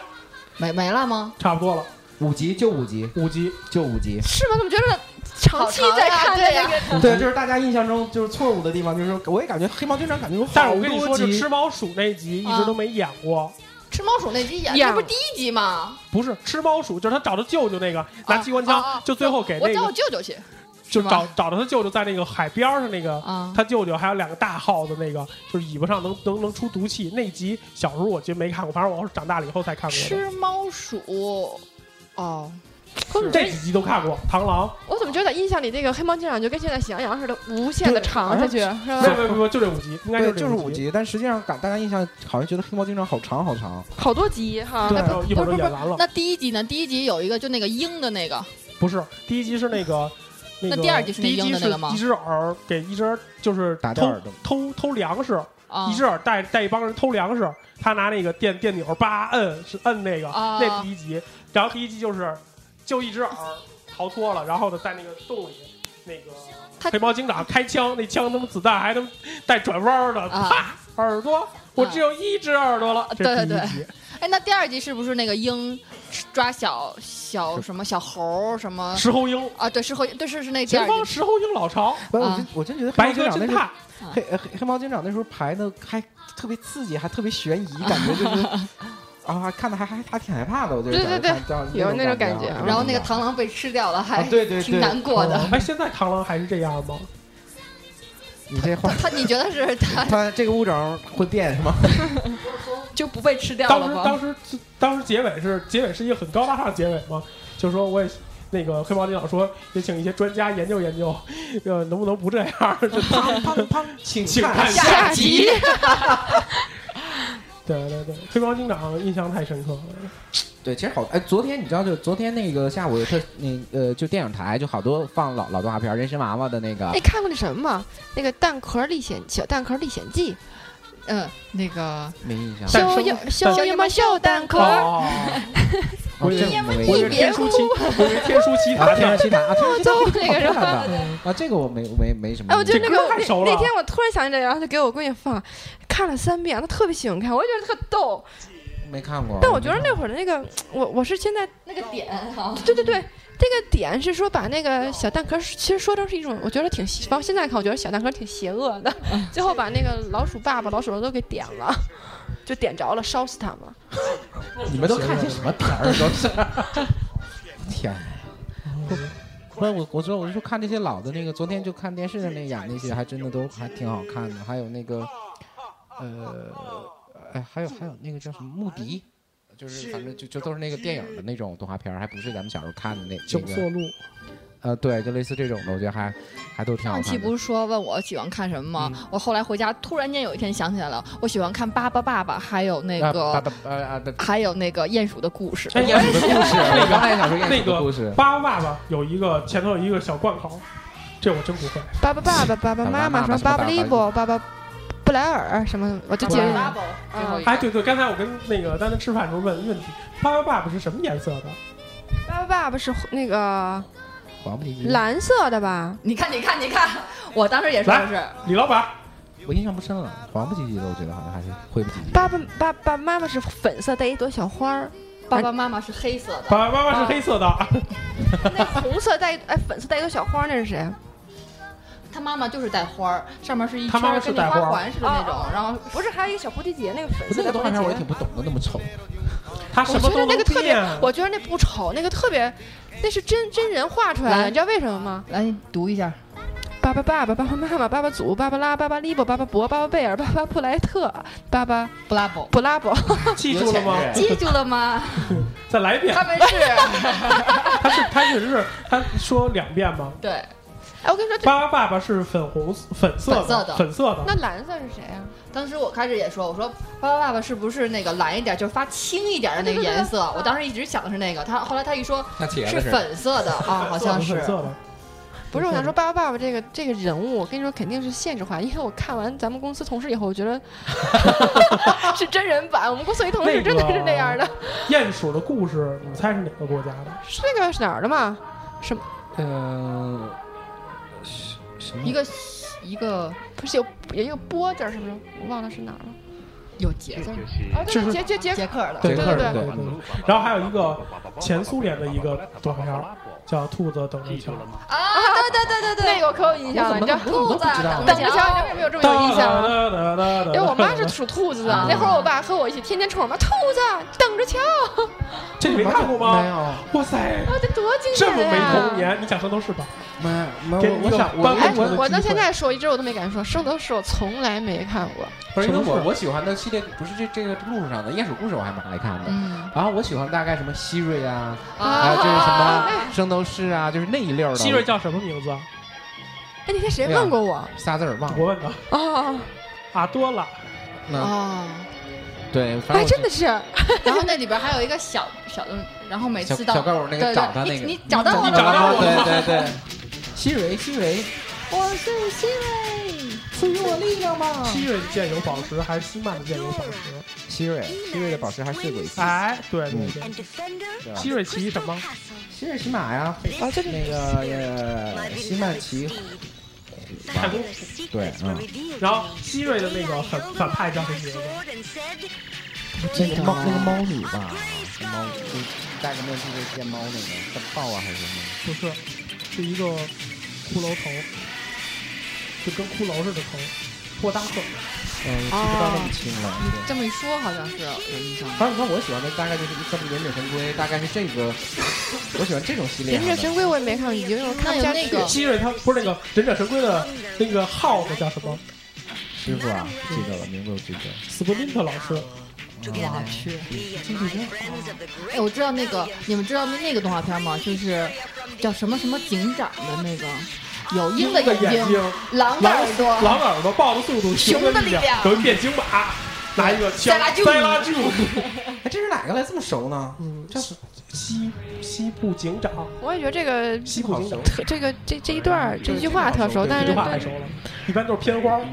Speaker 4: 没没了吗？
Speaker 1: 差不多了，
Speaker 2: 五集就五集
Speaker 1: 五集。
Speaker 2: 就五 集。
Speaker 3: 是吗？怎么觉得长期在看
Speaker 4: 对呀
Speaker 3: 这个？
Speaker 2: 对，就是大家印象中就是错误的地方，就是说我也感觉黑猫警长感觉有好
Speaker 1: 但是我跟你
Speaker 2: 多
Speaker 1: 说，就
Speaker 2: 集
Speaker 1: 吃猫鼠那集一直都没演过，
Speaker 4: 吃毛鼠那集演，
Speaker 3: 演
Speaker 4: 这不是第一集吗？
Speaker 1: 不是吃猫鼠，就是他找他舅舅
Speaker 3: 哦
Speaker 1: 那个拿机关
Speaker 4: 啊啊
Speaker 1: 枪
Speaker 4: 啊，
Speaker 1: 就最后给
Speaker 4: 我
Speaker 1: 那
Speaker 4: 叫我
Speaker 1: 个
Speaker 4: 舅舅去
Speaker 1: 就是
Speaker 4: 吧
Speaker 1: 找找到他舅舅在那个海边上那个。
Speaker 4: 啊，
Speaker 1: 他舅舅还有两个大耗子，那个就是尾巴上能能能出毒气。那集小时候我就没看过，反正我是长大了以后才看过的。
Speaker 4: 吃猫鼠，哦，
Speaker 3: 我怎么觉
Speaker 1: 这
Speaker 3: 得
Speaker 1: 几集都看过，《螳螂》
Speaker 3: 我怎么觉得印象里这个黑猫警长就跟现在喜羊羊似的，无限的长下去，是
Speaker 4: 嗯
Speaker 1: 没有
Speaker 3: 吧？
Speaker 1: 没有没有，就这五集，应该
Speaker 2: 对，
Speaker 1: 这
Speaker 2: 就是五
Speaker 1: 集。
Speaker 2: 集，但实际上感大家印象好像觉得黑猫警长好长好长，
Speaker 3: 好多集哈。
Speaker 1: 对
Speaker 3: 那，
Speaker 1: 然后一会儿就演完了。
Speaker 4: 那第一集呢？第一集有一个就那个鹰的那个，
Speaker 1: 不是，第一集是那个。那个
Speaker 4: 那第二集是那
Speaker 1: 第一
Speaker 4: 鹰
Speaker 1: 集
Speaker 4: 的
Speaker 1: 是
Speaker 4: 那个吗
Speaker 1: 一只耳给一只就是
Speaker 2: 打掉
Speaker 1: 偷
Speaker 2: 耳朵。
Speaker 1: 偷偷粮食，
Speaker 4: 啊
Speaker 1: 一只耳带带一帮人偷粮食，他拿那个电电钮叭摁是摁那个，
Speaker 4: 啊
Speaker 1: 那第一集，然后第一集就是就一只耳逃脱了，然后呢在那个洞里那
Speaker 4: 他
Speaker 1: 个黑猫警长开枪，那枪他妈子弹还他妈带转弯的，
Speaker 4: 啊
Speaker 1: 啪耳朵，我只有一只耳朵了，这
Speaker 4: 对
Speaker 1: 是第
Speaker 4: 对
Speaker 1: 一
Speaker 4: 对
Speaker 1: 集
Speaker 4: 哎，那第二集是不是那个鹰抓小小什么小猴儿什么
Speaker 1: 石猴鹰，
Speaker 4: 啊？对，是会，对是是那第
Speaker 1: 前
Speaker 4: 二
Speaker 1: 方
Speaker 4: 集。
Speaker 1: 石猴鹰老巢，
Speaker 2: 不是，我
Speaker 4: 啊
Speaker 2: 真我真觉得黑
Speaker 1: 白
Speaker 2: 猫警
Speaker 1: 鸽
Speaker 2: 长
Speaker 1: 侦
Speaker 2: 那时候
Speaker 1: 探，
Speaker 2: 黑黑黑猫警长那时候排的还特别刺激，还特别悬疑，感觉就是啊，看的还还还挺害怕的，我觉得
Speaker 3: 对对
Speaker 2: 感觉看
Speaker 3: 有那种
Speaker 2: 感
Speaker 3: 感觉
Speaker 2: 啊
Speaker 4: 然后那个螳螂被吃掉了，还
Speaker 2: 啊，对对
Speaker 4: 挺
Speaker 2: 对，
Speaker 4: 难过 的。
Speaker 1: 哎，现在螳螂还是这样吗？
Speaker 2: 你这话，
Speaker 4: 他你觉得是他
Speaker 2: 他这个物种会 变是吗？
Speaker 4: 就不被吃掉
Speaker 1: 当
Speaker 4: 了
Speaker 1: 时
Speaker 4: 吗？
Speaker 1: 当时当时结尾是结尾是一个很高大上的结尾嘛，就说我也那个黑猫警长说也请一些专家研究研究，呃，能不能不这样？就
Speaker 2: 砰砰砰，请
Speaker 1: 请
Speaker 2: 看
Speaker 1: 看
Speaker 3: 下集，
Speaker 1: 对对对，黑猫警长印象太深刻了。
Speaker 2: 对，其实好，哎，昨天你知道，就昨天那个下午有特那呃，就电影台就好多放老老动画片儿，人参娃娃的那个
Speaker 3: 哎，，看过那什么吗？那个《蛋壳历险小蛋壳历险记
Speaker 4: 嗯，那个
Speaker 2: 没印象》，。
Speaker 1: 诞
Speaker 3: 小
Speaker 1: 生
Speaker 3: 呀小呀嘛小蛋壳儿，
Speaker 1: 哦，
Speaker 2: 哦
Speaker 1: 我以为
Speaker 2: 这没
Speaker 1: 我以
Speaker 2: 印
Speaker 1: 为
Speaker 2: 象。
Speaker 1: 天书奇，我以为天书奇
Speaker 2: 啊，
Speaker 1: 塔
Speaker 2: 天上
Speaker 1: 呢。
Speaker 2: 奇塔啊，天上奇塔
Speaker 3: 我走那个是
Speaker 2: 好
Speaker 3: 吧
Speaker 2: 看的啊，这个我没没没什么印象。
Speaker 3: 哎，我觉得那
Speaker 1: 这歌
Speaker 3: 个
Speaker 1: 太熟了
Speaker 3: 那天我突然想起来，然后就给我闺女放，看了三遍，她特别喜欢看，我也觉得特逗。
Speaker 2: 没看过。
Speaker 3: 但我觉得
Speaker 2: 没
Speaker 3: 那会儿的那个，我我是现在
Speaker 4: 那个点啊，
Speaker 3: 对对对，这个点是说把那个小蛋壳儿，其实说成是一种，我觉得挺邪，放现在看，我觉得小蛋壳儿挺邪恶的。最后把那个老鼠爸爸、老鼠儿子都给点了，就点着了，烧死他们。
Speaker 2: 看过你们都看些什么片儿？ 都是。天哪！不是我，我说我是说看这些老的那个，昨天就看电视上那演那些，还真的都还挺好看的。还有那个，呃，哎，还有还有那个叫什么穆迪，就是反正就就都是那个电影的那种动画片儿，还不是咱们小时候看的那
Speaker 1: 九
Speaker 2: 那
Speaker 1: 色
Speaker 2: 个。
Speaker 1: 鹿，
Speaker 2: 呃，对，就类似这种的，我觉得还还都挺好
Speaker 4: 上期
Speaker 2: 看
Speaker 4: 不
Speaker 2: 的。
Speaker 4: 是说问我喜欢看什么吗？我后来回家突然间有一天想起来了，我喜欢看《巴巴爸爸》，还有那
Speaker 2: 啊
Speaker 4: 个
Speaker 2: 巴巴呃啊，不
Speaker 4: 还有那个鼹鼠的故事。
Speaker 1: 哎，
Speaker 2: 鼹鼠的故事，我刚才想说鼹
Speaker 1: 那
Speaker 2: 鼠的故
Speaker 1: 个
Speaker 2: 事。
Speaker 1: 巴巴爸爸有一个前头有一个小贯口，这我真不会。
Speaker 3: 爸爸爸爸爸爸妈妈什么爸爸利伯爸爸布莱尔什么，我就记
Speaker 1: 布莱
Speaker 3: 得
Speaker 1: 尔。
Speaker 4: 最后一个
Speaker 1: 哎，对对，刚才我跟那个丹丹吃饭的时候问问题，巴巴爸爸是什么颜色的？
Speaker 3: 爸爸爸爸是那个
Speaker 2: 黄不提
Speaker 3: 蓝色的吧？
Speaker 4: 你看，你看，你 看，我当时也说
Speaker 1: 来
Speaker 4: 是，
Speaker 1: 李老板，
Speaker 2: 我印象不深了，黄不唧唧的，我觉得好像还是灰不唧唧。
Speaker 3: 爸爸爸爸妈妈是粉色带一朵小花儿，
Speaker 4: 爸爸妈妈是黑色的，
Speaker 1: 爸爸妈妈是黑色的。
Speaker 3: 那个红色带一哎粉色带一朵小花儿那是谁？
Speaker 4: 他妈妈就是带花儿，上面是一
Speaker 1: 他
Speaker 4: 圈
Speaker 1: 妈妈
Speaker 4: 儿
Speaker 1: 是
Speaker 4: 跟
Speaker 1: 带
Speaker 4: 那花
Speaker 1: 花儿
Speaker 4: 环似的那
Speaker 3: 哦
Speaker 4: 种，然后
Speaker 3: 不是还有一个小蝴蝶结那个粉
Speaker 2: 不，
Speaker 3: 色的
Speaker 2: 那个
Speaker 3: 蝴
Speaker 2: 动
Speaker 3: 蝶结
Speaker 2: 画片我也挺不懂的，那么丑。
Speaker 1: 他
Speaker 3: 我
Speaker 1: 什么
Speaker 3: 觉得
Speaker 1: 都
Speaker 3: 那
Speaker 1: 能
Speaker 3: 个特别
Speaker 1: 变。，啊
Speaker 3: 我觉得那不丑，那个特别，那是真真人画出来的，
Speaker 4: 来
Speaker 3: 你知道为什么吗？
Speaker 4: 来你哎读一下，
Speaker 3: 爸爸爸爸爸爸妈妈爸爸祖爸爸拉爸爸利伯爸爸伯爸爸贝尔爸爸布莱特爸爸
Speaker 4: 布拉 伯，
Speaker 3: 布拉伯，
Speaker 1: 记住了吗？
Speaker 4: 记住了吗？
Speaker 1: 再来一遍。
Speaker 4: 他们是，
Speaker 1: 他是他确实是他说两遍吗？
Speaker 4: 对，
Speaker 3: 哎，我跟你说，这
Speaker 1: 巴巴爸爸是粉红色粉色
Speaker 4: 粉色
Speaker 1: 的
Speaker 4: 的
Speaker 1: 粉色的，
Speaker 3: 那蓝色是谁啊？
Speaker 4: 当时我开始也说，我说爸爸爸爸是不是那个蓝一点，就是发青一点的那个颜色？我当时一直想的是那个，他后来他一说
Speaker 7: 那茄
Speaker 4: 是
Speaker 7: 子是
Speaker 4: 粉色的啊，好像是
Speaker 1: 粉。色的。
Speaker 3: 不是，我想说爸爸爸爸这个这个人物，我跟你说肯定是现实化，因为我看完咱们公司同事以后，我 觉得 是真人版。我们公司有一同事真的是那样的，
Speaker 1: 鼹鼠的故事，你猜是哪个国家的？
Speaker 3: 是那个是哪儿的嘛？
Speaker 2: 呃，什么
Speaker 4: 一个一个
Speaker 3: 不是有有一个波字儿是不是？我忘了是哪儿了。
Speaker 4: 有节奏，
Speaker 3: 啊，
Speaker 1: 是是
Speaker 3: 对，杰杰杰
Speaker 4: 捷克的，
Speaker 1: 对
Speaker 2: 捷克人
Speaker 1: 对
Speaker 2: 对
Speaker 1: 对。然后还有一个前苏联的一个动画片儿叫《兔子等着瞧》，
Speaker 4: 啊，对对对对对，
Speaker 3: 那个我可有印象了，啊你知道
Speaker 1: 我怎么
Speaker 3: 兔子
Speaker 1: 不知道
Speaker 3: 等着瞧，你为什么有这么有印象啊？因为我妈是属兔子啊
Speaker 1: 嗯
Speaker 3: 的，那会儿我爸和我一起天天冲我妈兔子，等着瞧，
Speaker 1: 这你没看过
Speaker 2: 没
Speaker 1: 吗？
Speaker 2: 有，
Speaker 1: 哇塞，
Speaker 3: 啊，这多经
Speaker 1: 这
Speaker 3: 典
Speaker 1: 么
Speaker 3: 呀！
Speaker 1: 没童年，你讲圣斗士吧？
Speaker 2: 没没
Speaker 1: 给
Speaker 2: 有，
Speaker 1: 你
Speaker 2: 我
Speaker 1: 一个
Speaker 2: 想我
Speaker 1: 办公
Speaker 3: 哎，
Speaker 1: 桌的
Speaker 3: 我
Speaker 1: 机
Speaker 3: 到
Speaker 1: 会
Speaker 3: 现在说一直我都没敢说，圣斗士我从来没看过。
Speaker 2: 不是因为
Speaker 1: 什么事
Speaker 2: 我
Speaker 1: 儿
Speaker 2: 我喜欢的系列不是这这个路上的鼹鼠故事我还蛮爱看的，
Speaker 3: 嗯
Speaker 2: 然后我喜欢大概什么希瑞 啊，还
Speaker 3: 啊
Speaker 2: 有就是什
Speaker 4: 哎
Speaker 2: 么圣斗士啊，就是那一溜儿的。
Speaker 1: 希瑞叫什么名字啊？
Speaker 3: 哎，那天谁问过我？
Speaker 2: 仨字儿忘
Speaker 1: 我问
Speaker 2: 了。
Speaker 1: 的
Speaker 3: 哦
Speaker 1: 阿多拉，
Speaker 2: 那
Speaker 3: 哦，
Speaker 2: 对，反正
Speaker 3: 哎，
Speaker 2: 我
Speaker 3: 真的是，
Speaker 4: 然后那里边还有一个小小的，然后每
Speaker 2: 小
Speaker 4: 次到
Speaker 2: 小怪物
Speaker 4: 对
Speaker 2: 那个找他
Speaker 4: 对，
Speaker 2: 那
Speaker 4: 你
Speaker 2: 个
Speaker 4: 你，找到我
Speaker 1: 你找
Speaker 4: 了
Speaker 1: 到
Speaker 4: 吗？
Speaker 1: 我
Speaker 2: 对对对，希瑞希瑞，
Speaker 3: 我是新锐，
Speaker 2: 赋予我力量吧
Speaker 1: 希瑞剑有宝石还是希曼的剑有宝石？
Speaker 2: 希瑞希瑞的宝石还碎过一
Speaker 4: 啊
Speaker 2: 次，
Speaker 1: 哎，对对对，
Speaker 5: 啊
Speaker 2: 对吧
Speaker 1: 希？瑞奇什么？
Speaker 2: 希瑞骑马呀，
Speaker 3: 啊这个
Speaker 2: 那个呃西曼奇
Speaker 1: 太空。
Speaker 2: 对嗯
Speaker 1: 然后希瑞的那个反反派叫什么名字？
Speaker 2: 那个猫那个猫女吧，猫就戴个面具就见猫那个叫豹啊还是什么？
Speaker 1: 不是，是一个骷髅头，就跟骷髅似的头，霍达克。
Speaker 2: 嗯，记不到那么清了。对
Speaker 4: 这么一说好像是有印象。
Speaker 2: 反正你看我喜欢的大概就是这么忍者神龟，大概是这个，我喜欢这种系列。
Speaker 3: 忍者神龟我也没看过，已经有看不下去
Speaker 4: 那有那个
Speaker 1: 希瑞他不是那个忍者神龟的那个耗子叫什么？
Speaker 2: 师傅啊，记得了，名字我记得了。
Speaker 1: 斯普林特老师。
Speaker 4: 我去，哎，我知道那个，你们知道那个动画片吗？就是叫什么什么警长的那个，有鹰的
Speaker 1: 的眼睛
Speaker 4: 睛，，狼的
Speaker 1: 狼
Speaker 4: 耳朵，
Speaker 1: 狼耳朵，豹的速度，
Speaker 4: 熊的
Speaker 1: 的
Speaker 4: 力量
Speaker 1: 量，容易变形马，拿一个
Speaker 4: 塞
Speaker 1: 枪
Speaker 4: 拉柱
Speaker 1: 塞拉柱。
Speaker 2: 哎，这是哪个来这么熟呢？
Speaker 1: 嗯，
Speaker 2: 这是
Speaker 1: 西西部警长，
Speaker 3: 我也觉得这个
Speaker 1: 西部警长。
Speaker 3: 特这个这这一段儿这句话特熟，但
Speaker 1: 这
Speaker 3: 是
Speaker 1: 句
Speaker 3: 对
Speaker 1: 话太熟了，一般都是片花 儿。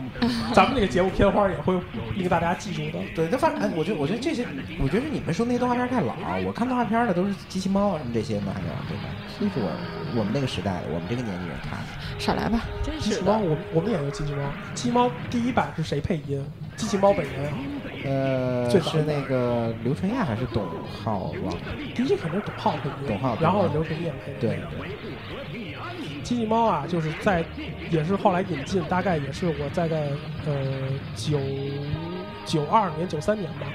Speaker 1: 咱们这个节目片花儿也会令大家记住的。
Speaker 2: 对，但反正哎，我觉得我觉得这些，我觉得你们说那些动画片太老，我看动画片的都是机器猫啊什么这些嘛，还有对吧？那是我我们那个时代的，我们这个年纪人看的。
Speaker 3: 少来吧，真
Speaker 1: 机器猫，我们我们也有机器猫。机器猫第一版是谁配音？机器猫本人啊，
Speaker 2: 呃，
Speaker 1: 最早
Speaker 2: 是那个刘纯亚还是董浩忘了？
Speaker 1: 第一肯定是董浩配音，
Speaker 2: 董浩
Speaker 1: 然后
Speaker 2: 董浩
Speaker 1: 刘纯也配。
Speaker 2: 对，
Speaker 1: 机器猫啊，就是在也是后来引进，大概也是我在在呃九九二年九三年吧。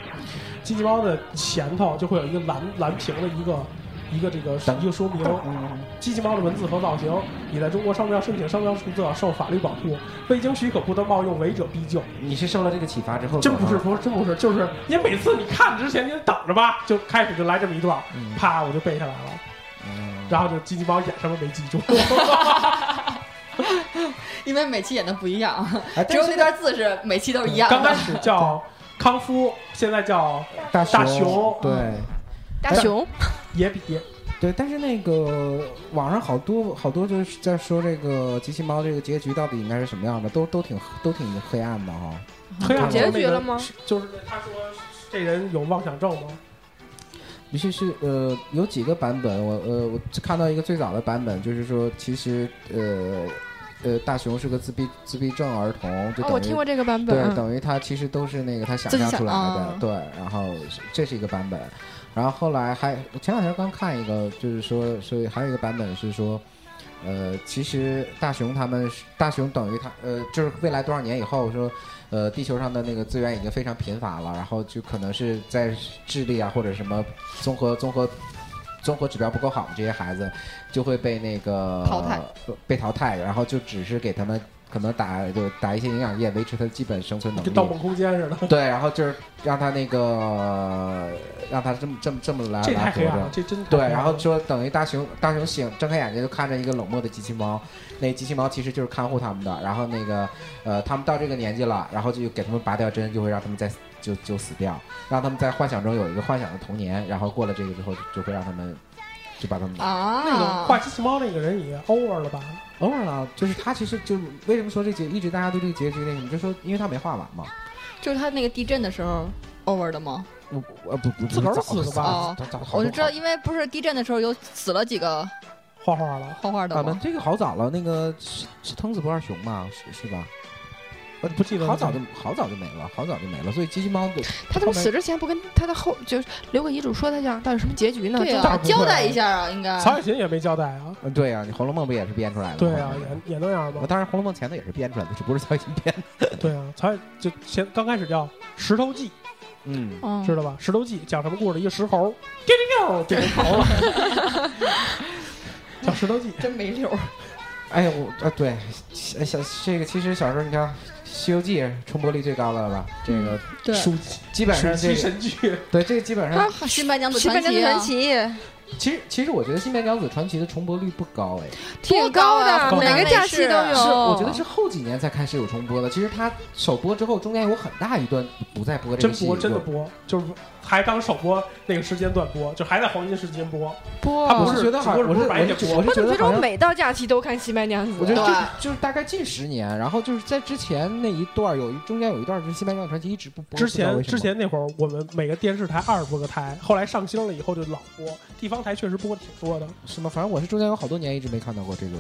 Speaker 1: 机器猫的前头就会有一个蓝蓝屏的一个一个这个
Speaker 2: 灯
Speaker 1: 一个说明，
Speaker 2: 嗯，
Speaker 1: 机器猫的文字和造型，你在中国商标申请商标注册受法律保护，未经许可不得冒用，违者必究。
Speaker 2: 你是受了这个启发之后，
Speaker 1: 真不是，不是，真不是，就是你每次你看之前你得等着吧，就开始就来这么一段，
Speaker 2: 嗯
Speaker 1: 啪我就背下来了，
Speaker 2: 嗯
Speaker 1: 然后就机器猫演什么没记住。
Speaker 4: 因为每期演的不一样，
Speaker 2: 哎，
Speaker 4: 只有那段字是每期都是一样
Speaker 1: 刚开
Speaker 4: 的。
Speaker 1: 始叫康夫，现在叫
Speaker 2: 大
Speaker 1: 大熊嗯
Speaker 2: 对
Speaker 3: 大熊
Speaker 1: 野比，
Speaker 2: 对，但是那个网上好多好多就是在说这个机器猫这个结局到底应该是什么样的，都都挺都挺黑暗的哈、
Speaker 1: 黑暗
Speaker 3: 结
Speaker 1: 中
Speaker 3: 局
Speaker 1: 那个
Speaker 3: 了吗？
Speaker 1: 就是他说这人有妄想症吗？
Speaker 2: 于是是呃，有几个版本，我呃，我看到一个最早的版本，就是说，其实呃呃，大熊是个自闭自闭症儿童，就
Speaker 3: 哦，
Speaker 2: 等于、
Speaker 3: 我听过这个版
Speaker 2: 对，
Speaker 3: 本，嗯
Speaker 2: 等于他其实都是那个他想
Speaker 4: 啊自己
Speaker 2: 象
Speaker 4: 想
Speaker 2: 出来的
Speaker 4: 哦，
Speaker 2: 对。然后这是一个版本，然后后来还我前两天刚看一个，就是说，所以还有一个版本是说，呃，其实大熊他们是大熊等于他呃，就是未来多少年以后说，呃，地球上的那个资源已经非常贫乏了，然后就可能是在智力啊或者什么综合综合。综合指标不够好，这些孩子就会被那个
Speaker 4: 淘汰，
Speaker 2: 呃被淘汰，然后就只是给他们可能打就打一些营养液，维持他的基本生存能
Speaker 1: 跟《盗
Speaker 2: 力
Speaker 1: 梦。空间》似的，
Speaker 2: 对，然后就是让他那个让他这么这么这么来
Speaker 1: 这
Speaker 2: 来
Speaker 1: 太
Speaker 2: 活
Speaker 1: 黑暗了
Speaker 2: 着，。
Speaker 1: 这真太
Speaker 2: 对，
Speaker 1: 黑暗
Speaker 2: 然后
Speaker 1: 了
Speaker 2: 说等于大熊大熊醒，睁开眼睛就看着一个冷漠的机器猫，那机器猫其实就是看护他们的。然后那个呃，他们到这个年纪了，然后就给他们拔掉针，就会让他们再 就就死掉，让他们在幻想中有一个幻想的童年。然后过了这个之后，就就会让他们就把他们
Speaker 4: 啊，
Speaker 1: 那个画机器猫那个人也 over 了吧？
Speaker 2: 偶尔啊，就是他其实就为什么说这结一直大家对这个结局那什么，就说因为他没画完嘛。
Speaker 4: 就是他那个地震的时候 over 的吗？
Speaker 2: 我我不不
Speaker 1: 自个儿死的吧
Speaker 4: 哦
Speaker 2: 早早好
Speaker 4: 我就
Speaker 2: 早
Speaker 4: 知道，因为不是地震的时候有死了几个
Speaker 1: 画
Speaker 4: 哎
Speaker 1: 画了，
Speaker 4: 画画的
Speaker 2: 啊，那
Speaker 4: 吗？
Speaker 2: 这个好早了，那个是是藤子不二雄嘛，是是吧？
Speaker 1: 我呃不记得了
Speaker 2: 好早就好早就没了，好早就没了。所以机器猫的
Speaker 3: 他怎么死之前不跟他的后就是留个遗嘱说他想到底什么结局呢？
Speaker 4: 对
Speaker 3: 这
Speaker 1: 大
Speaker 4: 啊，
Speaker 1: 部分
Speaker 4: 交代一下啊，应该。
Speaker 1: 曹雪芹也没交代啊。
Speaker 2: 嗯对呀，你《红楼梦》不也是编出来的吗？
Speaker 1: 对啊，也也那样
Speaker 2: 我
Speaker 1: 吧。
Speaker 2: 当然《红楼梦》前头也是编出来的，只不过是曹雪芹编的。
Speaker 1: 对啊，曹雪就先刚开始叫《石头记
Speaker 2: 嗯，
Speaker 3: 嗯》，
Speaker 1: 知道吧？《石头记》讲什么故事？一个石猴，丢丢丢，变成猴了， 叫《石头记》。
Speaker 4: 真没溜儿，
Speaker 2: 哎，我啊对，小小这个其实小时候你看《西游记》重播率最高的了吧？这
Speaker 4: 嗯
Speaker 2: 个
Speaker 6: 对
Speaker 1: 暑
Speaker 2: 基本
Speaker 1: 暑
Speaker 2: 上这
Speaker 1: 期
Speaker 2: 个
Speaker 1: 神剧，
Speaker 2: 对这个基本上
Speaker 4: 《新白娘子
Speaker 3: 西
Speaker 4: 传
Speaker 3: 班牙
Speaker 4: 奇》
Speaker 3: 传
Speaker 4: 啊，
Speaker 3: 奇
Speaker 2: 其实其实我觉得《新白娘子传奇》的重播率不高哎，
Speaker 3: 挺高啊的，
Speaker 1: 高的
Speaker 3: 每个假期都有。
Speaker 4: 是
Speaker 2: 是我
Speaker 3: 哦
Speaker 2: 觉得是后几年才开始有重播的。其实它首播之后，中间有很大一段不再播这
Speaker 1: 真
Speaker 2: 个戏
Speaker 1: 播
Speaker 2: 了。
Speaker 1: 真的播，就是还当首播那个时间段播，就还在黄金时间播。
Speaker 3: 播啊
Speaker 1: 他
Speaker 2: 我
Speaker 1: 不
Speaker 2: 是觉得好，
Speaker 1: 哦只不
Speaker 2: 我
Speaker 1: 过
Speaker 2: 是
Speaker 1: 是
Speaker 2: 我
Speaker 1: 白
Speaker 2: 是
Speaker 1: 天
Speaker 2: 我是
Speaker 3: 我
Speaker 2: 觉
Speaker 3: 怎么
Speaker 2: 得
Speaker 3: 觉
Speaker 2: 好
Speaker 3: 得我
Speaker 2: 像，
Speaker 3: 每到假期都看《西班牙子
Speaker 2: 我觉》？得
Speaker 4: 对
Speaker 2: 就就是大概近十年，然后就是在之前那一段有一中间有一段就是《新白娘子传奇》一直不播。
Speaker 1: 之
Speaker 2: 不知道
Speaker 1: 前
Speaker 2: 为什么
Speaker 1: 之前那会儿，我们每个电视台二十多个台，后来上星了以后就老播，地方台确实播的挺多的。《
Speaker 2: 什么，反正我是中间有好多年一直没看到过这个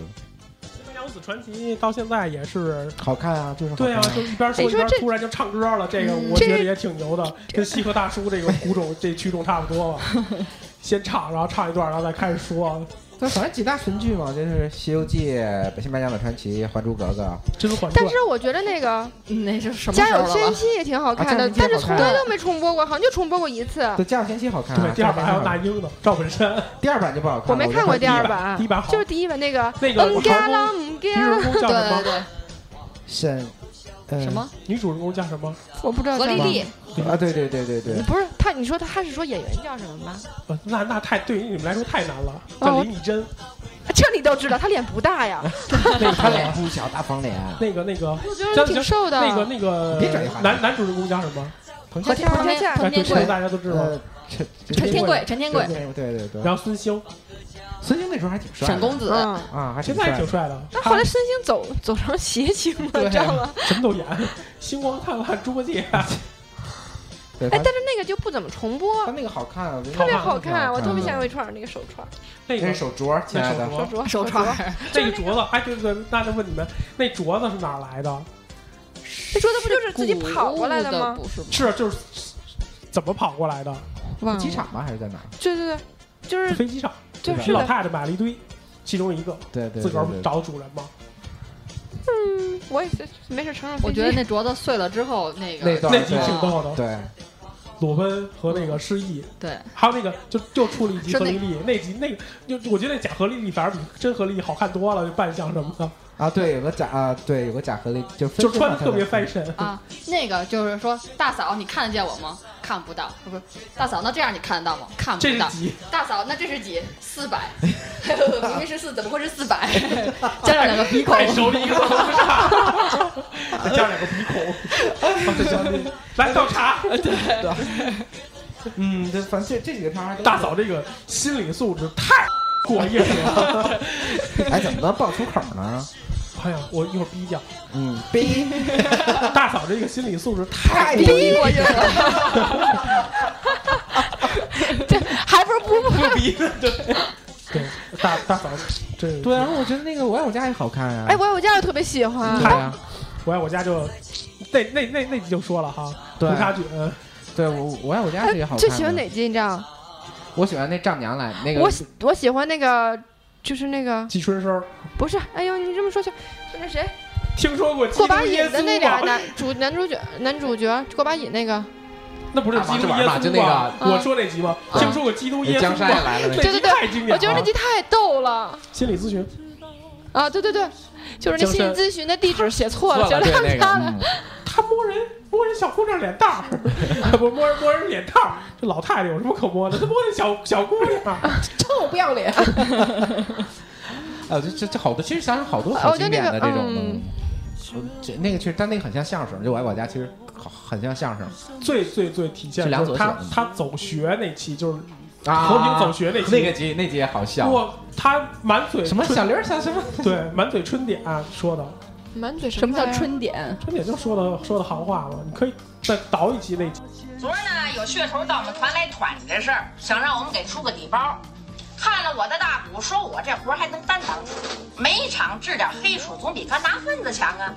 Speaker 1: 新白娘子传奇》到现在也是
Speaker 2: 好看啊， 就是好
Speaker 1: 对啊，
Speaker 2: 看
Speaker 1: 就一边说
Speaker 3: 哎
Speaker 1: 一
Speaker 3: 说
Speaker 1: 边
Speaker 3: 这
Speaker 1: 突然就唱歌了，这个
Speaker 4: 嗯
Speaker 1: 我觉得也挺牛的，跟西河大叔这个古种这曲种差不多吧。 先唱，然后唱一段，然后再开始说啊
Speaker 2: 那反正几大神剧嘛，就是《西游记》《新白娘子传奇》《还珠格格》
Speaker 1: 《甄嬛传
Speaker 3: 但》。是我觉得那个
Speaker 4: 嗯那是什么
Speaker 3: 《家
Speaker 4: 时候
Speaker 3: 有
Speaker 4: 了
Speaker 3: 仙
Speaker 4: 吧？
Speaker 3: 妻》也挺好看
Speaker 2: 啊
Speaker 3: 的，
Speaker 2: 家有仙妻
Speaker 3: 但是从
Speaker 2: 好
Speaker 3: 来
Speaker 2: 看
Speaker 3: 都没重播过，好像就重播过一次。
Speaker 2: 对，《家有仙妻》好看啊，
Speaker 1: 对，第二版还有那
Speaker 2: 那
Speaker 1: 英呢，赵本山。
Speaker 2: 第二版就不好看了。
Speaker 3: 我没看过
Speaker 2: 我就
Speaker 3: 第二
Speaker 1: 版，
Speaker 3: 版
Speaker 1: 第一版好。
Speaker 3: 就是第一版那个
Speaker 1: 那个
Speaker 3: 嗯嘎啦嗯
Speaker 1: 女主
Speaker 3: 嘎，
Speaker 1: 人公叫
Speaker 4: 对
Speaker 1: 什
Speaker 4: 对
Speaker 1: 么？
Speaker 3: 啊
Speaker 4: 对，
Speaker 2: 沈
Speaker 1: 嗯
Speaker 2: 呃
Speaker 4: 什么
Speaker 1: 女主人公叫什么？
Speaker 3: 我不知道
Speaker 4: 何
Speaker 3: 叫
Speaker 4: 丽
Speaker 3: 什么
Speaker 4: 丽，
Speaker 2: 啊？对对对对对
Speaker 3: 你，不是他？你说他他是说演员叫什么吗？
Speaker 1: 呃那那太对于你们来说太难了。
Speaker 3: 哦
Speaker 1: 叫
Speaker 3: 我
Speaker 1: 林以真，
Speaker 3: 这你都知道，他脸不大呀，
Speaker 1: 那
Speaker 2: 他
Speaker 1: 个
Speaker 2: 脸不小，大方脸。
Speaker 1: 那个那个
Speaker 3: 我觉得
Speaker 1: 行
Speaker 3: 挺瘦的。啊
Speaker 1: 那个那个
Speaker 2: 别转移话题
Speaker 1: 男男主人公叫什么？
Speaker 2: 彭
Speaker 4: 何
Speaker 2: 佳
Speaker 4: 天
Speaker 2: 佳
Speaker 3: 彭
Speaker 4: 天陈天
Speaker 1: 哎对这个
Speaker 3: 佳佳
Speaker 4: 贵，
Speaker 1: 大家都知道。
Speaker 2: 呃陈
Speaker 4: 陈天贵，
Speaker 2: 贵，
Speaker 4: 陈天
Speaker 2: 对
Speaker 4: 贵，
Speaker 2: 对对对对。
Speaker 1: 然后孙兴，
Speaker 2: 孙兴那时候还挺帅的，
Speaker 4: 沈公子，
Speaker 3: 嗯，
Speaker 2: 啊，还
Speaker 1: 现
Speaker 2: 挺
Speaker 1: 在
Speaker 2: 帅
Speaker 1: 也挺
Speaker 2: 的。
Speaker 1: 帅的，
Speaker 3: 但后来申星走走成邪情了，
Speaker 2: 对啊
Speaker 3: 知道吗？
Speaker 1: 什么都演，《星光灿烂猪八 戒》
Speaker 2: 对，
Speaker 3: 哎，
Speaker 2: 反
Speaker 3: 但是那个就不怎么重播
Speaker 2: 他，那个好看啊，
Speaker 3: 特别
Speaker 1: 好
Speaker 3: 好看，我特别想
Speaker 2: 想。
Speaker 3: 有一串儿那个手串儿，
Speaker 1: 那
Speaker 2: 那
Speaker 1: 个
Speaker 2: 是手镯，亲爱的
Speaker 1: 那手。
Speaker 3: 手
Speaker 1: 镯
Speaker 3: 镯，
Speaker 4: 手
Speaker 3: 镯
Speaker 4: 串，
Speaker 3: 儿。
Speaker 4: 儿，
Speaker 1: 那个镯子，哎，对对，对那就问你们，那镯子是哪儿来的？
Speaker 3: 这镯子不就是自己跑过来
Speaker 4: 的
Speaker 3: 的吗？
Speaker 4: 不是
Speaker 1: 是就是怎么跑过来的？
Speaker 3: 忘了
Speaker 2: 机，场吗？还是在哪儿？
Speaker 3: 对对对，就是
Speaker 1: 飞机上，
Speaker 3: 就
Speaker 1: 一
Speaker 3: 是
Speaker 1: 老
Speaker 3: 的，
Speaker 1: 太太买了一堆，其中一个
Speaker 2: 对对，
Speaker 1: 自个儿
Speaker 2: 对对
Speaker 1: 找主人嘛。
Speaker 3: 嗯，我也是没事乘上飞机。
Speaker 4: 我觉得那镯子碎了之后，那个
Speaker 2: 那段
Speaker 1: 那
Speaker 2: 对
Speaker 1: 集挺逗的，
Speaker 2: 对，
Speaker 1: 裸奔和那个失忆，
Speaker 4: 对，
Speaker 1: 还有那个就就出了一集
Speaker 4: 是
Speaker 1: 何
Speaker 4: 那
Speaker 1: 丽丽，那集那个就我觉得那假何丽丽反而比真何丽丽好看多了，就扮相什么的，
Speaker 2: 啊，对，有个假啊，对，有个假合力，就分
Speaker 1: 就
Speaker 2: 身
Speaker 1: 穿的
Speaker 2: 嘛
Speaker 1: 特别
Speaker 2: 他的
Speaker 1: fashion。
Speaker 4: 啊，那个就是说，大嫂，你看得见我吗？看不到，不是，大嫂，那这样你看得到吗？看
Speaker 1: 这
Speaker 4: 不
Speaker 1: 是
Speaker 4: 到。
Speaker 1: 集，
Speaker 4: 大嫂，那这是几？四 百，明明是四，怎么会是四百？加上两个鼻孔，
Speaker 1: 太熟了，一个都不差，再加两个鼻孔，啊再加那个来倒茶。
Speaker 2: 嗯，对，反正这这几个片儿还都
Speaker 1: 大嫂这个心理素质太过硬了。
Speaker 2: 哎，怎么能爆粗口呢？
Speaker 1: 哎呀，我一会儿逼掉。
Speaker 2: 嗯，逼
Speaker 1: 大嫂这个心理素质太
Speaker 2: 太
Speaker 1: 过硬
Speaker 2: 逼
Speaker 1: 了，
Speaker 2: 我硬了，
Speaker 3: 还不如不
Speaker 1: 不逼的，对。对，大大嫂，这
Speaker 2: 对，
Speaker 3: 啊
Speaker 2: 然后我觉得那个《我爱我家》也好看啊，
Speaker 3: 哎，我爱我家我特别喜欢
Speaker 2: 对，啊，
Speaker 1: 我爱我家就那那那那集就说了哈，
Speaker 2: 对
Speaker 3: 啊
Speaker 2: 啊
Speaker 1: 红纱卷，
Speaker 2: 对我我爱我家
Speaker 3: 哎
Speaker 2: 这也好看。
Speaker 3: 最喜欢？哪集你知道？
Speaker 2: 我喜欢那丈母娘来那个，
Speaker 3: 我喜我喜欢那个，就是那个
Speaker 1: 季春生，
Speaker 3: 不是，哎呦，你这么说就就那谁
Speaker 1: 听说过
Speaker 3: 过
Speaker 1: 基
Speaker 3: 把
Speaker 1: 督
Speaker 3: 瘾
Speaker 1: 耶
Speaker 3: 的那俩
Speaker 1: 稣吗？
Speaker 3: 男主男主角男主角过把瘾那个，
Speaker 1: 那不是基督
Speaker 2: 啊
Speaker 1: 耶
Speaker 2: 马就
Speaker 1: 稣
Speaker 2: 那
Speaker 1: 吗？
Speaker 2: 个
Speaker 1: 我说那集吗？
Speaker 2: 啊
Speaker 1: 听说过基督耶
Speaker 2: 那
Speaker 1: 稣
Speaker 2: 江山也
Speaker 1: 吗？
Speaker 2: 来了，
Speaker 1: 那
Speaker 3: 对
Speaker 1: 集
Speaker 3: 嗯对对
Speaker 1: 太经典了，
Speaker 3: 我觉得那集太逗了
Speaker 1: 心理咨询，
Speaker 3: 啊！对对对，就是那
Speaker 1: 江山
Speaker 3: 心理咨询的地址写错了，
Speaker 2: 错
Speaker 3: 写
Speaker 2: 了，对那个
Speaker 3: 他
Speaker 2: 嗯，
Speaker 1: 他摸人摸人小姑娘脸蛋儿， 不摸人摸人脸蛋儿，这老太太有什么可摸的？她摸那小小姑娘，啊
Speaker 4: 臭不要脸。
Speaker 2: 啊，这这这好多，其实想想好多
Speaker 3: 啊
Speaker 2: 好
Speaker 3: 我觉
Speaker 2: 经
Speaker 3: 得
Speaker 2: 典
Speaker 3: 那
Speaker 2: 的
Speaker 3: 个
Speaker 2: 这种
Speaker 3: 嗯
Speaker 2: 的。这那个其实，但那个很像相声，就《我爱我家》其实好很像相声
Speaker 1: 最最最体现
Speaker 2: 是梁
Speaker 1: 就
Speaker 2: 左
Speaker 1: 是
Speaker 2: 写
Speaker 1: 她
Speaker 2: 的吗
Speaker 1: 她走学那期就是
Speaker 2: 啊
Speaker 1: 和平走学那
Speaker 2: 那个
Speaker 1: 期，
Speaker 2: 集那集也好笑，
Speaker 1: 哇，她满嘴
Speaker 2: 什么
Speaker 1: 春
Speaker 2: 小玲儿小什么
Speaker 1: 对满嘴春点说的，
Speaker 3: 满 嘴
Speaker 4: 什么
Speaker 3: 话
Speaker 4: 叫
Speaker 3: 呀？
Speaker 4: 春点？
Speaker 1: 春点就说的说的行话嘛，你可以再倒一集那集。
Speaker 5: 昨儿呢，有噱头到我们团来团这事儿，想让我们给出个底包。看了我的大鼓，说我这活儿还能担当，每场治点黑处总比干拿份子强啊。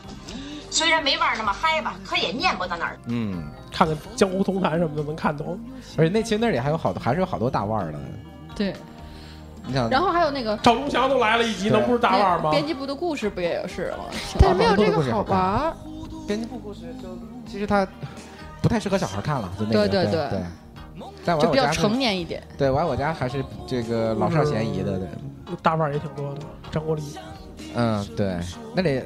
Speaker 5: 虽然没腕儿那么嗨吧，可也念不到哪儿。
Speaker 7: 嗯，
Speaker 1: 看看江湖铜坛什么的能看懂。
Speaker 2: 而且那其实那里还有好多，还是有好多大腕儿的。
Speaker 6: 对，
Speaker 2: 你想，
Speaker 4: 然后还有那个
Speaker 1: 赵忠祥都来了一集，
Speaker 2: 对
Speaker 1: 能不是大腕儿吗？
Speaker 4: 编辑部的故事不也是吗？
Speaker 3: 但是没有
Speaker 2: 好多
Speaker 3: 这
Speaker 2: 都
Speaker 3: 个
Speaker 2: 是
Speaker 3: 好
Speaker 2: 好看
Speaker 3: 玩儿。
Speaker 2: 编辑部故事就其实它不太适合小孩看了，就那
Speaker 4: 对
Speaker 2: 个
Speaker 4: 对
Speaker 2: 对
Speaker 4: 对
Speaker 2: 对。但我爱
Speaker 4: 就
Speaker 2: 我
Speaker 4: 比较
Speaker 2: 家是，
Speaker 4: 成年一点。
Speaker 2: 对我爱我家还是这个老少咸宜的，对，
Speaker 1: 大腕儿也挺多的，张国立、
Speaker 2: 嗯对，那里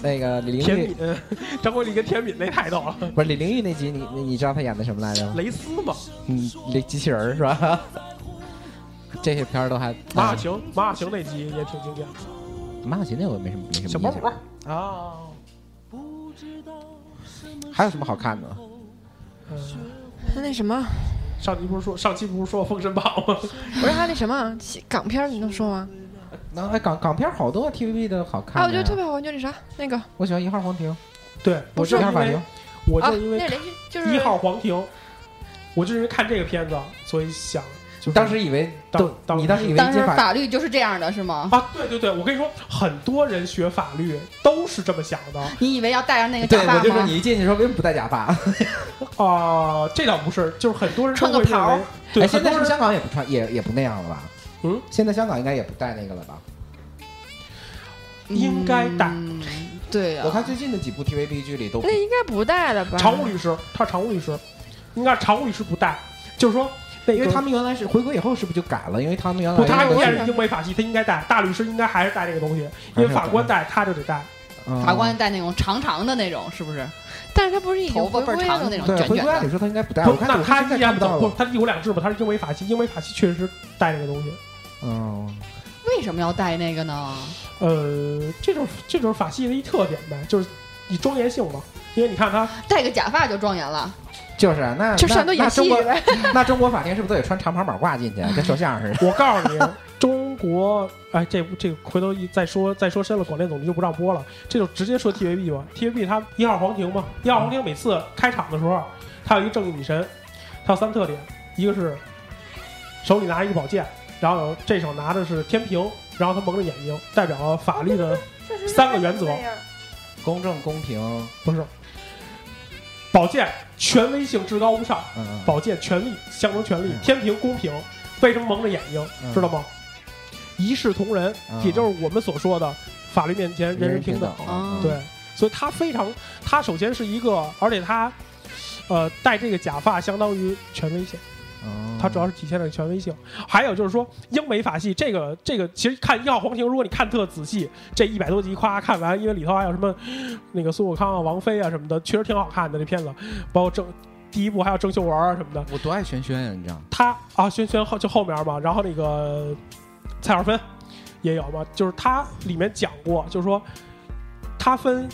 Speaker 2: 那个李
Speaker 1: 田
Speaker 2: 玲玉
Speaker 1: 敏， 张国立跟田敏那太逗了。
Speaker 2: 不是李玲玉那集你你你知道他演的什么来着吗？
Speaker 1: 蕾丝嘛，
Speaker 2: 嗯，那机器人儿是吧？ 这些片儿都还嗯
Speaker 1: 马小晴，马小晴那集也挺经典的。
Speaker 2: 马小晴那我没什么没什
Speaker 1: 小
Speaker 2: 么
Speaker 1: 保
Speaker 2: 印
Speaker 1: 姆
Speaker 2: 象
Speaker 1: 啊，
Speaker 2: 还有什么好看的？
Speaker 1: 嗯，
Speaker 3: 他那什么，
Speaker 1: 上期不是说上期不是说《封神榜》吗？
Speaker 3: 我说他那什么港片儿你能说吗？
Speaker 2: 那哎港港片儿好多 TVB 的好看
Speaker 3: 啊，
Speaker 2: 的呀，
Speaker 3: 我觉得特别好玩，就那啥那个
Speaker 2: 我喜欢一号皇庭，
Speaker 1: 对，
Speaker 2: 我
Speaker 1: 我就
Speaker 2: 一
Speaker 1: 是
Speaker 2: 号
Speaker 1: 因
Speaker 2: 法庭
Speaker 1: 为，我
Speaker 3: 啊，
Speaker 1: 就因
Speaker 3: 那是
Speaker 1: 为
Speaker 3: 连续就是
Speaker 1: 一号皇庭，我就是因为看这个片子，所以想就是
Speaker 2: 当时以为
Speaker 1: 当
Speaker 2: 都
Speaker 1: 当
Speaker 2: 你当时以为
Speaker 4: 当时
Speaker 2: 金发
Speaker 4: 法律就是这样的，是 吗？
Speaker 1: 啊，对对对，我跟你说，很多人学法律都是这么想的
Speaker 4: 你以为要戴上那个
Speaker 2: 对，
Speaker 4: 假
Speaker 2: 我
Speaker 4: 发
Speaker 2: 就说
Speaker 4: 吗？
Speaker 2: 你一进去说为什么不戴假发？
Speaker 1: 啊，这倒不是，就是很多人都
Speaker 4: 穿个
Speaker 1: 会认
Speaker 4: 袍
Speaker 1: 为
Speaker 4: 儿，
Speaker 1: 对，
Speaker 2: 哎，现
Speaker 1: 很
Speaker 2: 在
Speaker 1: 多
Speaker 2: 是不
Speaker 1: 人
Speaker 2: 是香港也不穿，也也不那样了吧？
Speaker 1: 嗯，
Speaker 2: 现在香港应该也不戴那个了吧？
Speaker 1: 应该戴
Speaker 4: 嗯对呀、
Speaker 2: 我看最近的几部 TVB 剧里都
Speaker 3: 那应该不带了吧？
Speaker 1: 常务律师，他常务律师，应该常务律师不带，就是说那
Speaker 2: 因为
Speaker 1: 个
Speaker 2: 他们原来是回归以后是不是就改了？因为他们原来
Speaker 1: 不，他
Speaker 2: 那个
Speaker 1: 念英美法系，他应该带大律师，应该还是带这个东西，因为法官带他就得带。
Speaker 2: 嗯
Speaker 4: 法官戴那种长长的那种，是不是？
Speaker 3: 但是他不是已经
Speaker 4: 头发
Speaker 3: 回
Speaker 4: 倍儿
Speaker 3: 归
Speaker 4: 长
Speaker 3: 了
Speaker 4: 的
Speaker 3: 吗
Speaker 4: 那种，
Speaker 2: 对
Speaker 4: 卷
Speaker 2: 回
Speaker 4: 卷
Speaker 2: 归按理
Speaker 4: 的。
Speaker 2: 说他应该不戴，哎我
Speaker 1: 不
Speaker 2: 看
Speaker 1: 那
Speaker 2: 有些
Speaker 1: 他
Speaker 2: 现在
Speaker 1: 依
Speaker 2: 看
Speaker 1: 然
Speaker 2: 不
Speaker 1: 不
Speaker 2: 到
Speaker 1: 不
Speaker 2: 了
Speaker 1: 是。他一国两制嘛，他是英美法系，英美法系确实带这个东西。
Speaker 2: 嗯，
Speaker 4: 为什么要戴那个呢？
Speaker 1: 呃，这种这种法系的一特点呗，就是以庄严性嘛。因为你看他，
Speaker 4: 戴个假发就庄严了。
Speaker 2: 就是啊那
Speaker 3: 就
Speaker 2: 那
Speaker 3: 上头演
Speaker 2: 那中
Speaker 3: 戏
Speaker 2: 国
Speaker 3: 呗。
Speaker 2: 那中国法庭是不是都得穿长袍马褂进去，啊跟说相声似 的？
Speaker 1: 我告诉你，中国哎，这这个回头一再说再说深了，广电总局就不让播了。这就直接说 TVB 吧，TVB 它一号皇庭嘛，一号皇庭每次开场的时候，它有一个正义女神，它有三特点，一个是手里拿一个宝剑，然后这手拿的是天平，然后她蒙着眼睛，代表了法律的三个原则
Speaker 2: 公正公平，
Speaker 1: 不是宝剑权威性至高无上。
Speaker 2: 嗯，
Speaker 1: 宝剑权力象征权力
Speaker 2: 嗯，
Speaker 1: 天平公平，为什么蒙着眼睛？
Speaker 2: 嗯
Speaker 1: 知道吗？一视同仁，
Speaker 2: 嗯
Speaker 1: 也就是我们所说的法律面前人人平
Speaker 2: 平
Speaker 1: 等。
Speaker 3: 哦
Speaker 4: 啊
Speaker 2: 嗯
Speaker 1: 对，所以他非常，他首先是一个，而且他，呃，戴这个假发相当于权威性，
Speaker 2: 嗯
Speaker 1: 它主要是体现了权威性。还有就是说，英美法系这个这个，其实看《一号皇庭》，如果你看特仔细，这一百多集夸看完，因为里头还有什么那个孙悟空啊、王菲啊什么的，确实挺好看的这片子，包括郑第一部还有郑秀文啊什么的。
Speaker 2: 我多爱轩轩呀，你知道吗？
Speaker 1: 他啊，轩轩后就后面嘛，然后那个蔡少芬也有嘛，就是他里面讲过，就是说他分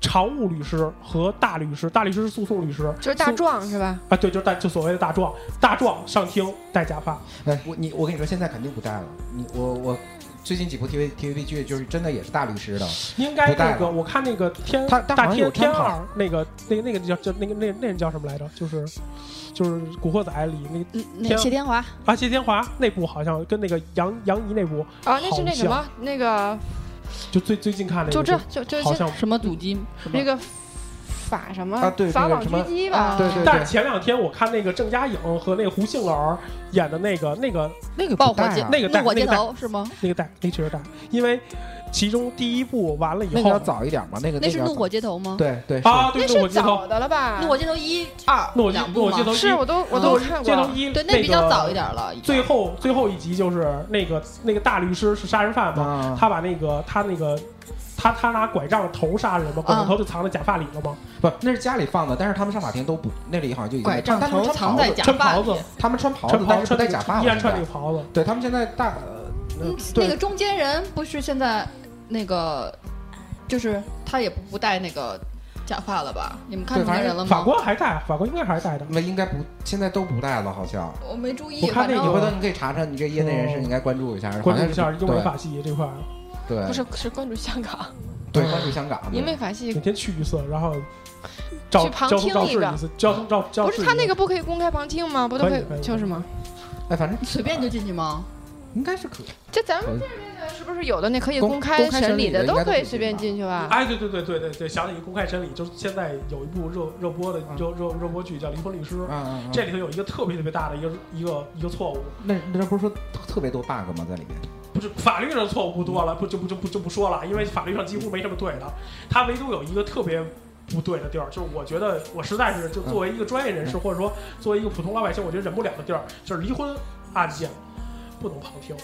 Speaker 1: 常务律师和大律师，大律师是诉讼律师
Speaker 3: 就是大
Speaker 1: 诉
Speaker 3: 壮是吧？
Speaker 1: 啊，对，就是大就所谓的大壮，大壮上庭戴假发，
Speaker 2: 哎，我你我跟你说，现在肯定不戴了。你我我最近几部 TV TVB 剧就是真的也是大律师的，
Speaker 1: 应该
Speaker 2: 不戴
Speaker 1: 那个
Speaker 2: 了
Speaker 1: 我看那个天
Speaker 2: 他他
Speaker 1: 大
Speaker 2: 好像有
Speaker 1: 天天
Speaker 2: 穿
Speaker 1: 二那个那个那个叫叫那个那那人叫什么来着？就是就是《古惑仔》里那个
Speaker 4: 嗯
Speaker 1: 天
Speaker 4: 那
Speaker 1: 啊
Speaker 4: 谢天华
Speaker 1: 啊谢天华那部好像跟那个杨杨怡那部
Speaker 3: 啊，那是那什
Speaker 1: 好
Speaker 3: 么那个，
Speaker 1: 就最最近看那个
Speaker 3: 就这就就
Speaker 1: 好
Speaker 3: 就
Speaker 1: 像
Speaker 4: 什么赌金？
Speaker 3: 那个法什么
Speaker 2: 啊对
Speaker 3: 法
Speaker 2: 那个
Speaker 3: 网
Speaker 2: 什
Speaker 3: 狙
Speaker 2: 么
Speaker 3: 击
Speaker 4: 啊
Speaker 3: 吧？
Speaker 2: 对对
Speaker 1: 但是前两天我看那个郑嘉颖和那个胡杏儿演的那个那个
Speaker 2: 那个
Speaker 4: 爆
Speaker 2: 不
Speaker 4: 火
Speaker 2: 戴
Speaker 4: 街
Speaker 2: 啊，
Speaker 1: 那个戴
Speaker 4: 怒火街
Speaker 1: 那个戴
Speaker 4: 头是吗？
Speaker 1: 那个带那确实带，因为其中第一部完了以
Speaker 2: 那个要
Speaker 1: 后
Speaker 2: 早一点嘛，那个
Speaker 4: 那是
Speaker 2: 个要
Speaker 4: 怒火
Speaker 2: 早
Speaker 4: 街头吗？
Speaker 2: 对对
Speaker 1: 啊，对
Speaker 3: 那
Speaker 1: 对，我
Speaker 3: 是
Speaker 1: 记
Speaker 3: 早
Speaker 1: 得，
Speaker 3: 的了吧？
Speaker 4: 怒火街头一二
Speaker 1: 那我记
Speaker 4: 两
Speaker 1: 那
Speaker 4: 部
Speaker 1: 我
Speaker 4: 吗
Speaker 1: 记？得
Speaker 3: 是我都我都看
Speaker 1: 街头
Speaker 3: 过。
Speaker 1: 一
Speaker 4: 对，
Speaker 1: 那
Speaker 4: 那比较
Speaker 1: 个
Speaker 4: 早一点了。已经
Speaker 1: 最后最后一集就是那个那个大律师是杀人犯嘛，
Speaker 2: 啊，
Speaker 1: 他把那个他那个他他拿拐杖头杀人嘛，拐杖
Speaker 4: 啊
Speaker 1: 头就藏在假发里了嘛，
Speaker 2: 不那是家里放的，但是他们上法庭都不那里好像就已经
Speaker 4: 拐杖
Speaker 2: 但他们
Speaker 4: 头
Speaker 2: 穿
Speaker 4: 藏
Speaker 2: 袍
Speaker 4: 在
Speaker 2: 子
Speaker 4: 假
Speaker 1: 穿
Speaker 4: 发
Speaker 1: 袍
Speaker 4: 里
Speaker 1: 子，，
Speaker 2: 他们穿袍
Speaker 1: 穿
Speaker 2: 子，
Speaker 1: 袍
Speaker 2: 但是哦不
Speaker 1: 穿那个
Speaker 2: 戴假发了，
Speaker 1: 依然
Speaker 2: 现
Speaker 1: 穿
Speaker 2: 在
Speaker 1: 那个袍子，
Speaker 2: 对他们现在大呃
Speaker 4: 嗯那个
Speaker 2: 对
Speaker 4: 中间人不是现在那个，就是他也不不戴那个假发了吧？你们看
Speaker 2: 对
Speaker 4: 中
Speaker 2: 反
Speaker 4: 间人
Speaker 2: 正
Speaker 4: 了
Speaker 1: 法
Speaker 4: 吗？
Speaker 1: 官还戴，法官应该还戴的。
Speaker 2: 那应该不现在都不戴了，好像。
Speaker 4: 我没注意，
Speaker 1: 我看
Speaker 4: 反
Speaker 1: 那
Speaker 4: 正
Speaker 2: 你
Speaker 1: 个
Speaker 2: 回头你可以查查，你这业内人士你应该关注一下，
Speaker 1: 哦关
Speaker 2: 好
Speaker 1: 注
Speaker 2: 像
Speaker 1: 一
Speaker 2: 是
Speaker 1: 下英美法系这块儿，
Speaker 2: 对对
Speaker 3: 不是是关注香港，
Speaker 2: 对关注香港，
Speaker 3: 因为法系
Speaker 1: 每天去一次，然后照
Speaker 3: 去旁
Speaker 1: 交通
Speaker 3: 听
Speaker 1: 肇
Speaker 3: 一
Speaker 1: 事
Speaker 3: 个嗯
Speaker 1: 一次，交通肇肇
Speaker 3: 不
Speaker 1: 事
Speaker 3: 是
Speaker 1: 一
Speaker 3: 他那个不可以公开旁听吗？不都
Speaker 1: 可以
Speaker 3: 可以
Speaker 1: 可以
Speaker 3: 就是吗？
Speaker 2: 哎，反正
Speaker 4: 随便就进去吗？
Speaker 2: 应该是可
Speaker 3: 这咱们
Speaker 2: 可以
Speaker 3: 这儿是不是有的那可以
Speaker 2: 公
Speaker 3: 公
Speaker 2: 公
Speaker 3: 开
Speaker 2: 开审
Speaker 3: 审
Speaker 2: 理
Speaker 3: 理
Speaker 2: 的
Speaker 3: 的
Speaker 2: 应该
Speaker 3: 都
Speaker 2: 都
Speaker 3: 可
Speaker 2: 可以
Speaker 3: 以随便
Speaker 2: 进
Speaker 3: 进去吧？
Speaker 1: 哎，对对对对对对，想起一个公开审理，就是现在有一部热热播的
Speaker 3: 嗯
Speaker 1: 热热热播剧叫《离婚律师》，
Speaker 2: 嗯嗯，
Speaker 1: 这里头有一个特别特别大的一个一个一个错误，
Speaker 2: 那那不是说特特别多 bug 吗？在里面？
Speaker 1: 不是法律上的错误不多了，不就不就不就不说了，因为法律上几乎没什么对的，他唯独有一个特别。不对的地儿，就是我觉得我实在是就
Speaker 3: 嗯
Speaker 1: 作为一个专业人士，或者说作为一个普通老百姓，我觉得忍不了的地儿，就是离婚案件不能旁听，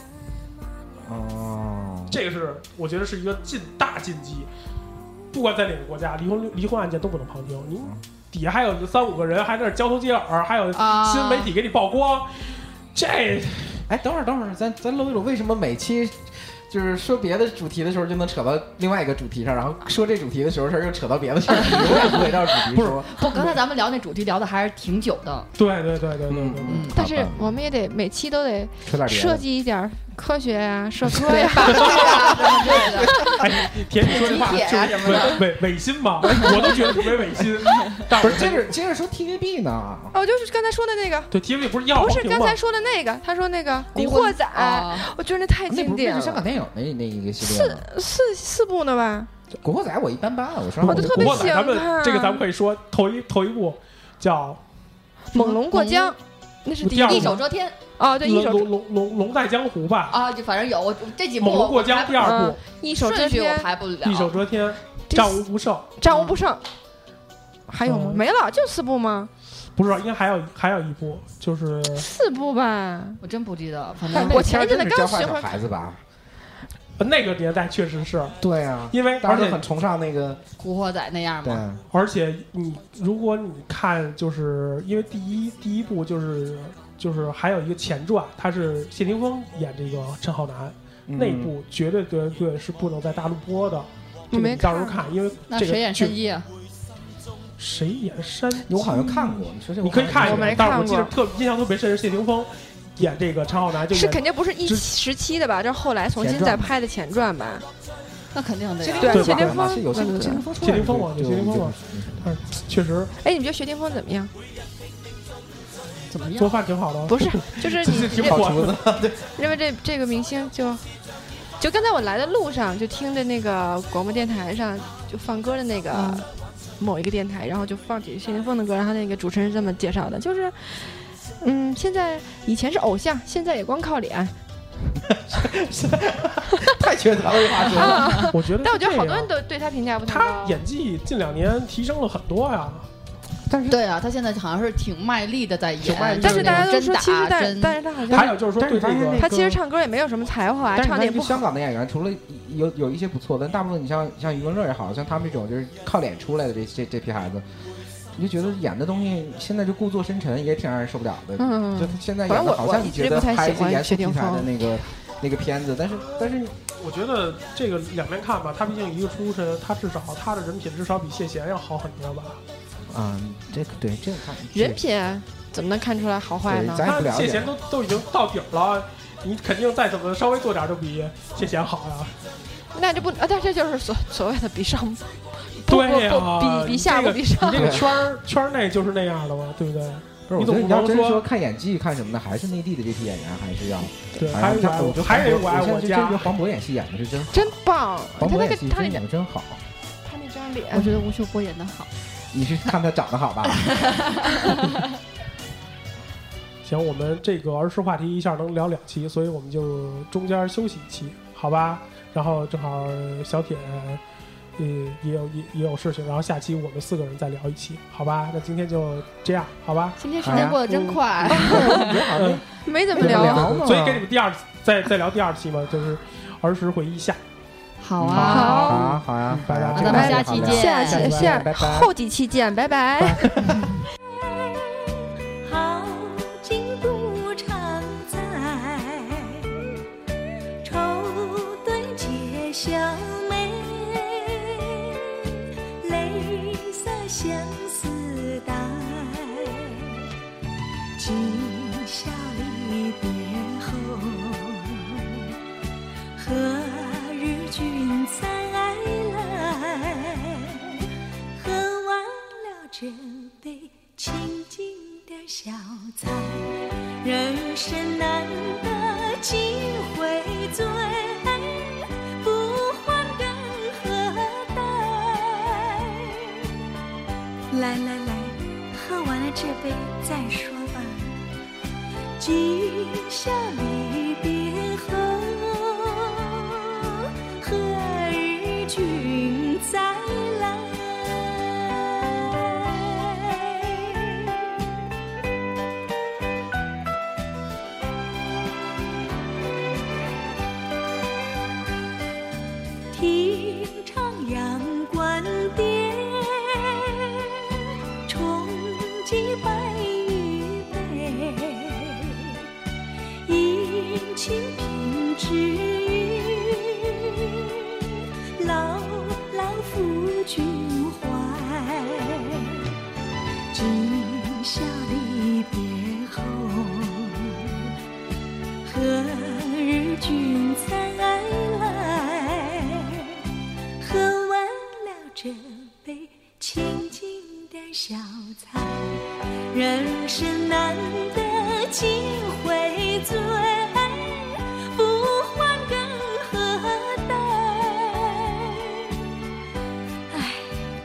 Speaker 2: 哦，
Speaker 1: 这个是我觉得是一个禁大禁忌，不管在哪个国家，离婚离婚案件都不能旁听。您底下还有三五个人还在那儿交头接耳，还有
Speaker 3: 啊
Speaker 1: 新媒体给你曝光，这
Speaker 2: 哎，等会儿等会儿，咱咱搂一搂，为什么每期就是说别的主题的时候就能扯到另外一个主题上，然后说这主题的时候事儿又扯到别的事儿，永远不回到主题说。
Speaker 4: 不，刚才咱们聊那主题聊的还是挺久 的，
Speaker 1: 对对对对对对
Speaker 2: 嗯
Speaker 1: 对。
Speaker 2: 嗯，
Speaker 3: 但是我们也得每期都得
Speaker 2: 扯点别
Speaker 3: 设
Speaker 2: 的。
Speaker 3: 计一点儿科学呀、社科呀。
Speaker 4: 对的，
Speaker 1: 哎，田你说这话
Speaker 4: 地铁啊
Speaker 1: 就
Speaker 4: 什么的
Speaker 1: 违违违心吧？哎我都觉得特别违心。但
Speaker 2: 不是，接着接着说 TVB 呢，
Speaker 3: 哦，就是刚才说的那个，
Speaker 1: 对 TV 不是要
Speaker 3: 不是
Speaker 1: 黄屏
Speaker 3: 刚
Speaker 1: 吗
Speaker 3: 才？说的那个，他说那个《古
Speaker 6: 离
Speaker 3: 惑
Speaker 6: 婚
Speaker 3: 仔》
Speaker 6: 啊，
Speaker 3: 我觉得那太
Speaker 2: 那
Speaker 3: 经
Speaker 2: 不是
Speaker 3: 典
Speaker 2: 那是香港
Speaker 3: 了。
Speaker 2: 电影那那一个系列
Speaker 3: 四
Speaker 2: 吗？
Speaker 3: 四四部呢吧？
Speaker 2: 古惑仔我一般般啊，我说
Speaker 3: 我就特别
Speaker 1: 古惑
Speaker 3: 喜
Speaker 1: 仔，咱
Speaker 3: 欢
Speaker 1: 们
Speaker 3: 看
Speaker 1: 这个咱们可以说头一头一部叫
Speaker 3: 《猛龙过江》，那是第一
Speaker 1: 第二部
Speaker 4: 一手遮天
Speaker 3: 哦，对，一
Speaker 1: 龙
Speaker 3: 手
Speaker 1: 龙龙龙龙在江湖吧，
Speaker 4: 啊，就反正有我我这几
Speaker 1: 《
Speaker 4: 部
Speaker 1: 猛
Speaker 4: 我嗯
Speaker 1: 龙过江》
Speaker 4: 排
Speaker 1: 第二部
Speaker 3: 嗯一手遮
Speaker 4: 顺序我
Speaker 3: 天，
Speaker 4: 排不了，
Speaker 1: 《一手遮天》，
Speaker 3: 这
Speaker 1: 战无不胜。
Speaker 3: 战无不胜。还有吗？
Speaker 1: 嗯
Speaker 3: 没了，就四部吗？
Speaker 1: 不是，应该还有还有一部，就是
Speaker 3: 四部吧。
Speaker 4: 我真不记得 了，反
Speaker 2: 但
Speaker 4: 正
Speaker 2: 那个
Speaker 3: 我前一阵子
Speaker 2: 片儿真是教
Speaker 3: 刚学
Speaker 2: 坏小
Speaker 3: 会
Speaker 2: 孩子吧？
Speaker 1: 呃那个年代确实是
Speaker 2: 对啊，
Speaker 1: 因为，而
Speaker 2: 当时
Speaker 1: 且
Speaker 2: 很崇尚那个，
Speaker 4: 古惑仔那样
Speaker 2: 对啊
Speaker 4: 嘛，
Speaker 1: 而且你如果你看，就是因为第一第一部就是就是还有一个前传，他是谢霆锋演这个陈浩南，那
Speaker 2: 嗯
Speaker 1: 部绝对绝对是不能在大陆播的。
Speaker 3: 我
Speaker 1: 这个
Speaker 3: 没
Speaker 1: 你到时候
Speaker 3: 看
Speaker 1: 看，因为
Speaker 4: 那
Speaker 1: 这个
Speaker 4: 谁演
Speaker 1: 剧
Speaker 4: 神医啊？
Speaker 1: 谁演山？
Speaker 2: 我好像看过，你说这
Speaker 1: 你可以看
Speaker 3: 我
Speaker 1: 一
Speaker 3: 没
Speaker 1: 眼，但是我
Speaker 3: 看
Speaker 1: 记得
Speaker 3: 过
Speaker 1: 特印象特别深是谢霆锋演这个陈浩南，就是演
Speaker 3: 肯定不是一
Speaker 1: 之
Speaker 3: 时期的吧？这是后来重
Speaker 2: 前
Speaker 3: 新再
Speaker 2: 传
Speaker 3: 拍的前传吧？
Speaker 4: 那肯定的呀。
Speaker 3: 对
Speaker 1: 对
Speaker 3: 谢
Speaker 1: 吧
Speaker 3: 霆
Speaker 2: 是
Speaker 3: 锋
Speaker 2: 有谢
Speaker 3: 对对
Speaker 2: 谢
Speaker 3: 对
Speaker 2: 霆锋出
Speaker 1: 谢
Speaker 2: 来
Speaker 1: 霆锋
Speaker 2: 就
Speaker 1: 嘛
Speaker 2: 就
Speaker 1: 谢霆锋
Speaker 2: 就
Speaker 1: 嘛呃确实
Speaker 3: 哎，你们觉得谢霆锋怎么样？
Speaker 4: 怎么
Speaker 1: 做
Speaker 4: 样？
Speaker 1: 饭挺好的，
Speaker 3: 不是，就是你
Speaker 1: 哦挺
Speaker 3: 认
Speaker 1: 好
Speaker 2: 厨子，
Speaker 3: 认为这这个明星就，就刚才我来的路上就听着那个广播电台上就放歌的那个
Speaker 4: 嗯
Speaker 3: 某一个电台，然后就放几个谢霆锋的歌，然后那个主持人是这么介绍的，就是。嗯，现在以前是偶像，现在也光靠脸。
Speaker 2: 太缺德了，这话说的。
Speaker 3: 啊、
Speaker 1: 我觉得。
Speaker 3: 但我觉得好多人。都对他评价不太
Speaker 1: 他
Speaker 3: 高。
Speaker 1: 演技近两年提升了很多呀，
Speaker 2: 但是
Speaker 4: 对啊，他现在好像是挺卖力的在
Speaker 2: 挺卖
Speaker 4: 演
Speaker 2: 力，
Speaker 3: 但是大家都
Speaker 4: 真
Speaker 3: 说，
Speaker 4: 打
Speaker 3: 其实但
Speaker 4: 真啊
Speaker 3: 但是他好
Speaker 1: 还
Speaker 3: 像
Speaker 1: 有就是说
Speaker 2: 嗯但是
Speaker 1: 对
Speaker 2: 你
Speaker 1: 这
Speaker 2: 发现
Speaker 1: 个
Speaker 2: 那
Speaker 3: 他其实
Speaker 2: 个
Speaker 3: 唱歌也没有什么才华，
Speaker 2: 但是
Speaker 3: 唱的也
Speaker 2: 你
Speaker 3: 不
Speaker 2: 看，香
Speaker 3: 好。
Speaker 2: 港的演员除了有有一些不错的，大部分你像像余文乐也好像他们这种就是靠脸出来的这这这批孩子，你就觉得演的东西现在就故作深沉，也挺让人受不了的。
Speaker 3: 嗯
Speaker 2: 就他现在
Speaker 3: 反
Speaker 2: 演
Speaker 3: 正
Speaker 2: 的
Speaker 3: 我
Speaker 2: 好像你觉得
Speaker 3: 我一直不太
Speaker 2: 还
Speaker 3: 喜
Speaker 2: 是
Speaker 3: 欢
Speaker 2: 严肃
Speaker 3: 谢
Speaker 2: 题
Speaker 3: 霆
Speaker 2: 材的
Speaker 3: 锋
Speaker 2: 那个那个片子，但是但是
Speaker 1: 我觉得这个两面看吧，他毕竟一个出身，他至少他的人品至少比谢贤要好很多吧。
Speaker 2: 嗯，这个对这个看
Speaker 3: 人品啊怎么能看出来好坏
Speaker 2: 对
Speaker 3: 呢？
Speaker 2: 咱也不
Speaker 1: 那
Speaker 2: 了
Speaker 1: 谢贤
Speaker 2: 解。
Speaker 1: 都都已经到顶了，你肯定再怎么稍微做点儿都比谢贤好 呀。
Speaker 3: 那这不啊，但这就是所所谓的比上，不
Speaker 1: 对呀、
Speaker 3: 不不比比下
Speaker 1: 这
Speaker 3: 不
Speaker 1: 个
Speaker 3: 比上
Speaker 1: 你。这个圈儿圈儿内就是那样的嘛，对不对？
Speaker 2: 不是，我觉得你要真说看演技看什么的，还是内地的这批演员还是要。
Speaker 1: 对，
Speaker 2: 哎
Speaker 1: 还
Speaker 2: 呀
Speaker 1: 有我
Speaker 2: 我觉得
Speaker 1: 还有我爱
Speaker 2: 现在
Speaker 1: 我
Speaker 2: 就真
Speaker 1: 家
Speaker 2: 觉得，黄渤演戏演的是真好，
Speaker 3: 真棒！他
Speaker 2: 黄渤
Speaker 3: 那
Speaker 2: 演
Speaker 3: 个
Speaker 2: 戏
Speaker 3: 他那张
Speaker 2: 真演的真好。
Speaker 3: 他那张
Speaker 4: 我
Speaker 3: 脸，
Speaker 4: 觉得吴秀波演的好。
Speaker 2: 你是看他长得好吧？
Speaker 1: 行，我们这个儿时话题一下能聊两期，所以我们就中间休息一期，好吧？然后正好小铁，呃，也有也也有事情，然后下期我们四个人再聊一期，好吧？那今天就这样，好吧？
Speaker 4: 今天时间过得真快，
Speaker 2: 我觉得好像
Speaker 3: 没怎
Speaker 1: 对
Speaker 3: 么
Speaker 2: 没怎么
Speaker 3: 聊。
Speaker 2: 聊嘛
Speaker 1: 所以给你们第二再再聊第二期嘛，就是儿时回忆下。
Speaker 4: 好
Speaker 2: 好
Speaker 4: 啊，
Speaker 2: 啊，好啊，拜拜，
Speaker 1: 好
Speaker 4: 咱们下
Speaker 2: 好
Speaker 4: 期
Speaker 2: 的
Speaker 4: 见
Speaker 3: 下
Speaker 2: 拜
Speaker 3: 期
Speaker 2: 拜
Speaker 3: 下
Speaker 2: 拜拜
Speaker 3: 后几期见，拜拜。
Speaker 8: 好景不常在，愁对解笑眉，泪洒相思带，今宵离别后，何日君再来？喝完了这杯清静的小菜，人生难得几回醉。来来来，喝完了这杯再说吧。今宵离别后，何日君再来？听徜阳关边，重寄白玉杯，饮清平之韵，牢牢抚君怀。今宵离别后，何日君再来？喝完了这杯清静的小菜，人生难得几回醉，不欢更何待？唉，哎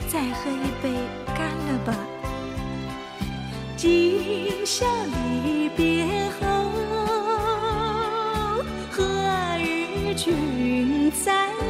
Speaker 8: 再喝一杯，干了吧！今宵离别后，何日君再